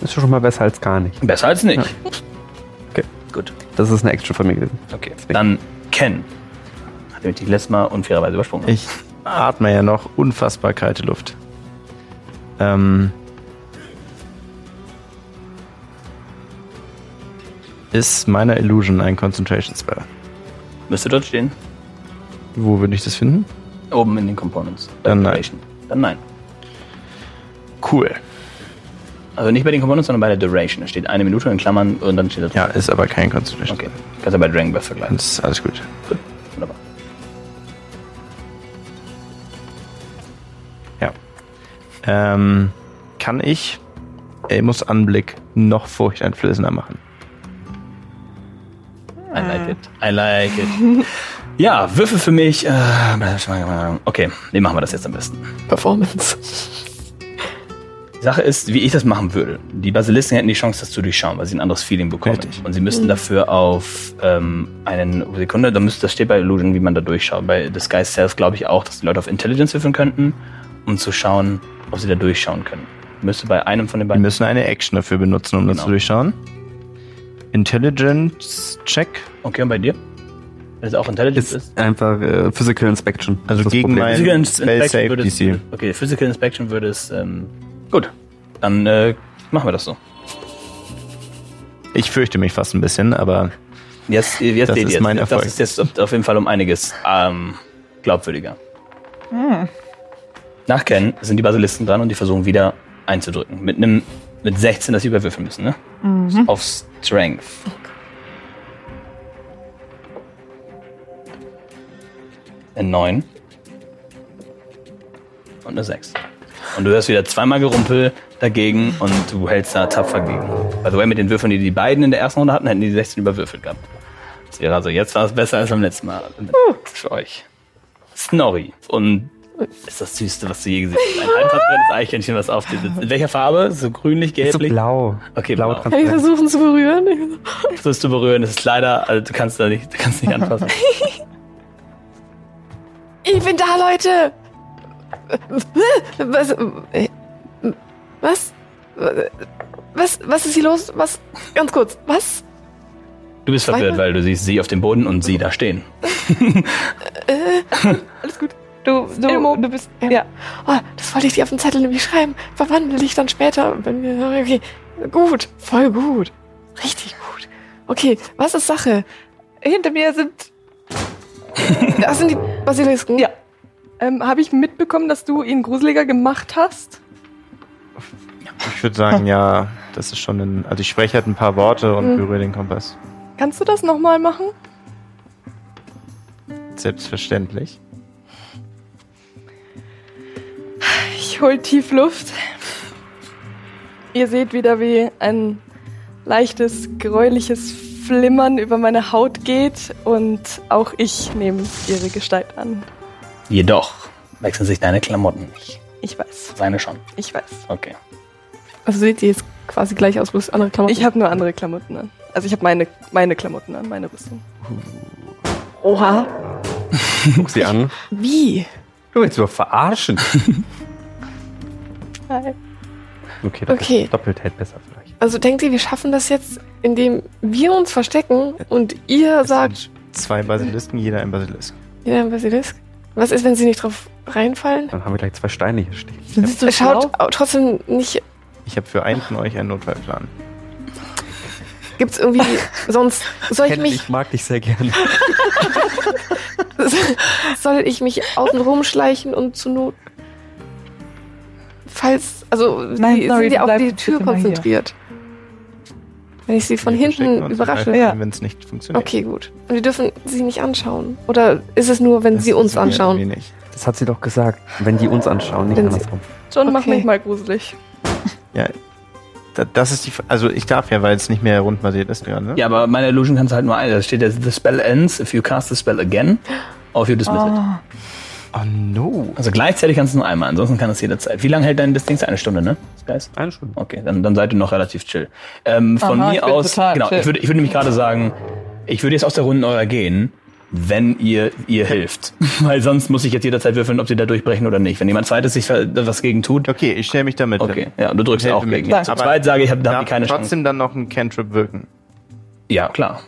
S6: Ist schon mal besser als gar nicht.
S2: Besser als nicht.
S6: Okay.
S2: Gut.
S6: Das ist eine Action von mir gewesen.
S2: Okay. Dann Ken. Hat nämlich die letztes Mal unfairerweise übersprungen.
S3: Ich atme ja noch unfassbar kalte Luft. Ähm, ist meiner Illusion ein Concentration Spell?
S2: Müsste dort stehen.
S3: Wo würde ich das finden?
S2: Oben in den Components. Bei
S3: Dann nein.
S2: Duration. Dann nein.
S3: Cool.
S2: Also nicht bei den Components, sondern bei der Duration. Da steht eine Minute in Klammern und dann steht das.
S3: Ja, ist aber kein Concentration
S2: Okay. Kannst du bei Dragon Breath vergleichen.
S3: Das ist alles gut.
S2: Gut.
S3: Hm.
S2: Wunderbar.
S3: Ja. Ähm, kann ich Elmos Anblick noch furchteinflößender machen?
S2: I like it. I like it. *laughs* ja, Würfel für mich. äh, Okay, wie machen wir das jetzt am besten?
S5: *laughs* Performance.
S2: Die Sache ist, wie ich das machen würde. Die Basilisten hätten die Chance, das zu durchschauen, weil sie ein anderes Feeling bekommen.
S3: Richtig.
S2: Und sie müssten dafür auf ähm, einen Sekunde, da müsste, das steht bei Illusion, wie man da durchschaut. Bei Disguise Self glaube ich auch, dass die Leute auf Intelligence würfeln könnten, um zu schauen, ob sie da durchschauen können. Müsste bei einem von den
S3: Wir
S2: beiden.
S3: müssen eine Action dafür benutzen, um das
S2: Genau.
S3: zu durchschauen. Intelligence Check,
S2: Okay, und bei dir? Wenn es auch Intelligence ist.
S6: Ist einfach äh, Physical Inspection.
S3: also
S6: Das
S3: gegen
S6: Problem.
S3: mein Spell Save
S2: würde es,
S3: DC.
S2: Okay, Physical Inspection würde es. Ähm, gut, dann äh, machen wir das so.
S3: Ich fürchte mich fast ein bisschen, aber
S2: Jetzt, äh, jetzt
S3: Das
S2: seht
S3: ist
S2: ihr es.
S3: mein Erfolg.
S2: Das ist jetzt auf- auf jeden Fall um einiges ähm, glaubwürdiger. Nach Ken sind die Basilisten dran und die versuchen wieder einzudrücken. Mit einem mit 16, dass sie überwürfeln müssen, ne? Auf Strength. Eine 9. Und eine 6. Und du hörst wieder zweimal Gerumpel dagegen und du hältst da tapfer gegen. By the way, mit den Würfeln, die die beiden in der ersten Runde hatten, hätten die 16 überwürfelt gehabt. Das wäre also jetzt war es besser als beim letzten Mal. Für euch. Snorri. Und ist das Süßste, was du je gesehen hast. Ein halbtransparentes Eichhörnchen, was auf dir sitzt. In welcher Farbe? So grünlich,
S6: Ist so
S2: gelblich?
S6: blau.
S2: Okay,
S6: blau.
S2: blau.
S5: Kann ich versuchen zu berühren?
S2: Versuchst du berühren. Das ist leider, also du kannst da nicht, du kannst nicht anfassen.
S5: Ich bin da, Leute! Was? Was? Was, was ist hier los? Was? Ganz kurz. Was?
S2: Du bist verwirrt, weil du siehst sie auf dem Boden und sie da stehen.
S5: Alles gut.
S1: Du, du,
S7: Elmo.
S1: du bist.
S5: Ähm,
S1: Ja.
S5: Oh, das wollte ich dir auf den Zettel nämlich schreiben. Verwandle dich dann später, wenn wir. Okay. Gut, voll gut. Richtig gut. Okay, was ist Sache?
S1: Hinter mir sind.
S5: Das sind die Basilisken.
S7: Ja. Ähm, Habe ich mitbekommen, dass du ihn gruseliger gemacht hast?
S3: Ich würde sagen, ja, das ist schon ein. Also ich spreche halt ein paar Worte und
S7: Mhm.
S3: berühre den Kompass.
S7: Kannst du das nochmal machen?
S3: Selbstverständlich.
S7: Ich hol tief Luft. Ihr seht wieder, wie ein leichtes, gräuliches Flimmern über meine Haut geht und auch ich nehme ihre Gestalt an.
S2: Jedoch wechseln sich deine Klamotten nicht.
S7: Ich weiß,
S2: Seine schon.
S7: ich weiß.
S2: Okay.
S5: Also seht ihr jetzt quasi gleich aus, bloß andere Klamotten.
S7: Ich habe nur andere Klamotten an. Also ich habe meine, meine Klamotten an, meine Rüstung.
S5: Oha.
S6: Guck sie an.
S5: Wie?
S6: Du willst mich
S5: *laughs*
S6: verarschen.
S7: Hi.
S6: Okay,
S5: Okay.
S6: doppelt hält besser vielleicht.
S5: Also denkt ihr, wir schaffen das jetzt, indem wir uns verstecken und ihr
S3: Es
S5: sagt,
S3: sind Zwei Basilisken, jeder ein Basilisk.
S5: ja, ein Basilisk? Was ist, wenn sie nicht drauf reinfallen?
S6: Dann haben wir gleich zwei Steine hier stehen.
S1: Sind so
S5: Schaut au- trotzdem nicht
S3: Ich habe für einen von euch einen Notfallplan.
S5: Gibt's irgendwie
S7: *laughs*
S5: sonst soll ich
S6: Kenn
S5: mich
S6: dich, mag dich sehr gerne.
S5: soll ich mich außen rumschleichen und zu Not falls also
S1: Nein,
S5: die,
S1: sorry,
S5: sind ja auf
S1: bleib
S5: die
S1: bitte
S5: Tür
S1: mal hier.
S5: konzentriert. Wenn ich sie von
S3: Wir verstecken
S5: hinten
S3: uns
S5: überrasche.
S3: und
S1: Ja.
S3: helfen, Wenn es nicht funktioniert.
S5: Okay, gut. Und wir dürfen sie nicht anschauen. Oder ist es nur, wenn
S3: Das
S5: sie uns
S3: wissen wir
S5: anschauen?
S3: irgendwie nicht.
S6: Das hat sie doch gesagt. Wenn die uns anschauen, nicht
S5: Wenn sie-
S6: andersrum.
S7: John, mach
S5: Okay.
S7: mich mal gruselig.
S3: Da, das ist die. F- Also ich darf ja, weil es nicht mehr rundbasiert ist, ja, ne?
S2: Ja, aber meine Illusion kannst du halt nur eine. Da steht ja, the spell ends if you cast the spell again or if you dismiss it.
S1: Oh.
S3: Oh no.
S2: Also gleichzeitig kannst du nur einmal, ansonsten kann das jederzeit. Wie lange hält dein Ding? Eine Stunde, ne? Skies?
S6: Eine Stunde.
S2: Okay, dann, dann seid ihr noch relativ chill. Ähm, von
S1: Aha, ich
S2: mir
S1: bin
S2: aus,
S1: total
S2: genau,
S1: chill.
S2: ich würde ich würd nämlich gerade sagen, ich würde jetzt aus der Runde eurer gehen, wenn ihr ihr hilft. *laughs* Weil sonst muss ich jetzt jederzeit würfeln, ob sie da durchbrechen oder nicht. Wenn jemand zweites sich ver- was gegen tut,
S3: Okay, ich stelle mich damit.
S2: okay, ja, und du drückst
S3: Helfe
S2: auch
S3: mir.
S2: gegen.
S3: Danke.
S2: Zu
S3: Aber
S2: zweit sage ich, hab- da haben
S3: Darf
S2: die keine Chance.
S3: trotzdem dann noch ein Cantrip wirken.
S2: Ja, klar.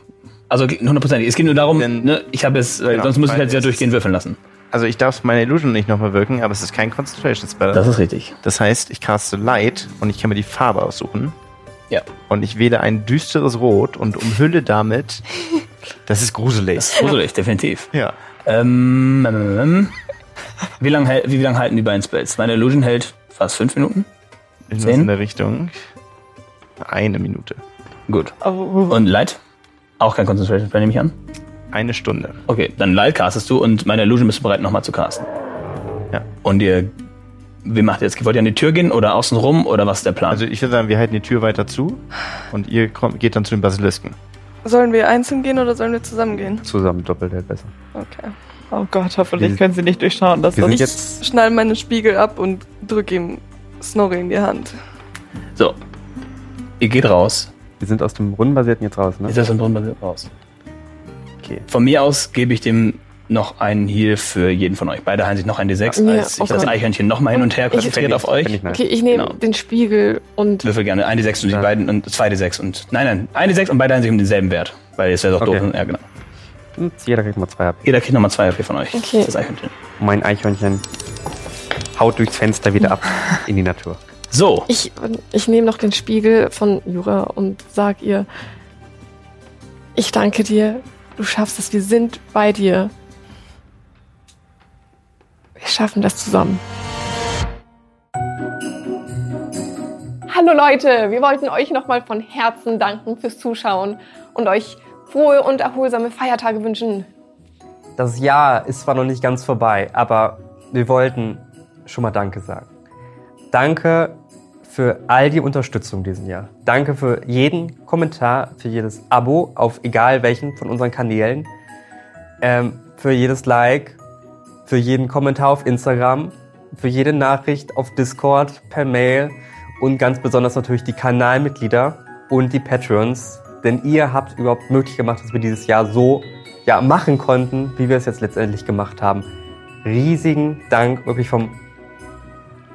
S2: Also hundertprozentig. Es geht nur darum,
S3: Denn-
S2: ne, ich habe es, weil
S3: Genau,
S2: sonst muss ich
S3: weil
S2: halt wieder
S3: es-
S2: durchgehen würfeln lassen.
S3: Also ich darf meine Illusion nicht nochmal wirken, aber es ist kein Concentration Spell. Das,
S2: ist richtig.
S3: heißt, ich caste Light und ich kann mir die Farbe aussuchen.
S2: Ja.
S3: Und ich wähle ein düsteres Rot und umhülle
S2: *laughs*
S3: damit. Das ist gruselig.
S2: Das ist gruselig, definitiv.
S3: Ja.
S2: Ähm, ähm, ähm. Wie lange hält- wie lang halten die beiden Spells? Meine Illusion hält fast fünf Minuten.
S3: In
S2: Zehn?
S3: der Richtung. Eine Minute.
S2: Gut.
S1: Oh,
S2: Und Light? Auch kein Concentration Spell, nehme ich an.
S3: Eine Stunde.
S2: Okay, dann Light castest du und meine Illusion bist du bereit, nochmal zu casten.
S3: Ja.
S2: Und ihr, wie macht ihr jetzt? Wollt ihr an die Tür gehen oder außen rum oder was ist der Plan?
S3: Also ich würde sagen, wir halten die Tür weiter zu und ihr kommt, geht dann zu den Basilisken.
S7: Sollen wir einzeln gehen oder sollen wir zusammen gehen?
S6: Zusammen doppelt hält besser.
S7: Okay.
S1: oh Gott, hoffentlich
S6: Wir-
S1: können sie nicht durchschauen. Das
S6: Wir sind
S1: ist
S6: jetzt
S7: Schnall meinen Spiegel ab und drück ihm Snorri in die Hand.
S2: so. Ihr geht raus.
S6: Wir sind aus dem rundenbasierten jetzt raus, ne?
S2: Ist das ein Brunnen raus?
S6: Okay.
S2: Von mir aus gebe ich dem noch einen Heal für jeden von euch. Beide heilen sich noch ein D6,
S5: Ja,
S2: als
S5: oh
S2: ich das
S5: Gott.
S2: Eichhörnchen noch mal hin und her konzentriert auf euch.
S6: Bin ich nice.
S5: Okay, ich nehme
S2: Genau.
S5: den Spiegel und
S2: Würfel gerne. Eine D6 und die
S6: Ja.
S2: beiden und zwei D6 und. Nein, nein, eine D6 und beide heilen sich um denselben Wert. Weil jetzt wäre doch
S6: Okay.
S2: doof. Ja, genau.
S6: Und Jeder kriegt mal zwei ab.
S2: Jeder kriegt nochmal zwei HP von euch.
S5: Okay.
S2: Das Eichhörnchen.
S6: Mein Eichhörnchen haut durchs Fenster wieder ab in die Natur.
S2: So,
S5: ich, ich nehme noch den Spiegel von Jura und sag ihr, ich danke dir, du schaffst es, wir sind bei dir. Wir schaffen das zusammen. Hallo Leute, wir wollten euch nochmal von Herzen danken fürs Zuschauen und euch frohe und erholsame Feiertage wünschen.
S9: Das Jahr ist zwar noch nicht ganz vorbei, aber wir wollten schon mal Danke sagen. Danke für all die Unterstützung diesen Jahr. Danke für jeden Kommentar, für jedes Abo auf egal welchen von unseren Kanälen, ähm, für jedes Like, für jeden Kommentar auf Instagram, für jede Nachricht auf Discord, per Mail und ganz besonders natürlich die Kanalmitglieder und die Patrons, denn ihr habt überhaupt möglich gemacht, dass wir dieses Jahr so ja, machen konnten, wie wir es jetzt letztendlich gemacht haben. Riesigen Dank wirklich vom,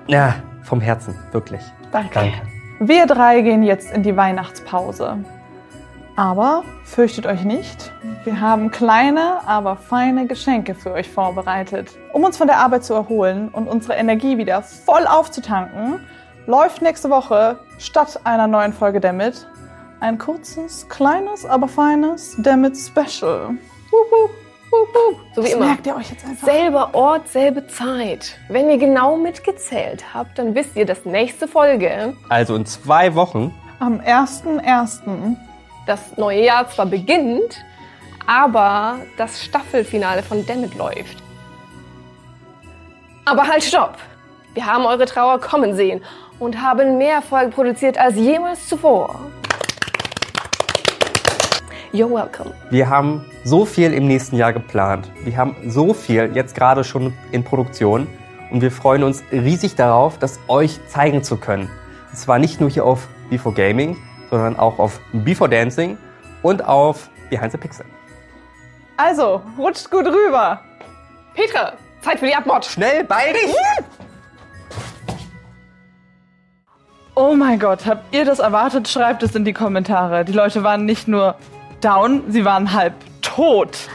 S9: ja, vom Herzen, wirklich.
S1: Danke. Wir drei gehen jetzt in die Weihnachtspause. Aber fürchtet euch nicht. Wir haben kleine, aber feine Geschenke für euch vorbereitet. Um uns von der Arbeit zu erholen und unsere Energie wieder voll aufzutanken, läuft nächste Woche statt einer neuen Folge Damit ein kurzes, kleines, aber feines Damit Special. Wup, wup, wup, wup.
S10: So wie
S1: das
S10: immer.
S1: merkt ihr euch jetzt einfach.
S10: Selber Ort, selbe Zeit. Wenn ihr genau mitgezählt habt, dann wisst ihr, dass nächste Folge
S9: Also in zwei Wochen.
S1: Am 1.1.
S10: das neue Jahr zwar beginnt, aber das Staffelfinale von Dammit läuft. Aber halt, stopp! Wir haben eure Trauer kommen sehen und haben mehr Folgen produziert als jemals zuvor. You're welcome.
S9: Wir haben so viel im nächsten Jahr geplant. Wir haben so viel jetzt gerade schon in Produktion. Und wir freuen uns riesig darauf, das euch zeigen zu können. Und zwar nicht nur hier auf Before Gaming, sondern auch auf Before Dancing und auf Behind the Pixel.
S1: Also, rutscht gut rüber.
S10: Petra, Zeit für die Abmord.
S9: Schnell, baldig!
S1: Oh mein Gott, habt ihr das erwartet? Schreibt es in die Kommentare. Die Leute waren nicht nur down, sie waren halb tot.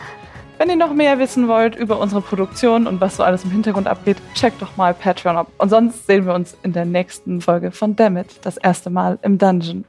S1: Wenn ihr noch mehr wissen wollt über unsere Produktion und was so alles im Hintergrund abgeht, checkt doch mal Patreon ab. Und sonst sehen wir uns in der nächsten Folge von Dammit, das erste Mal im Dungeon.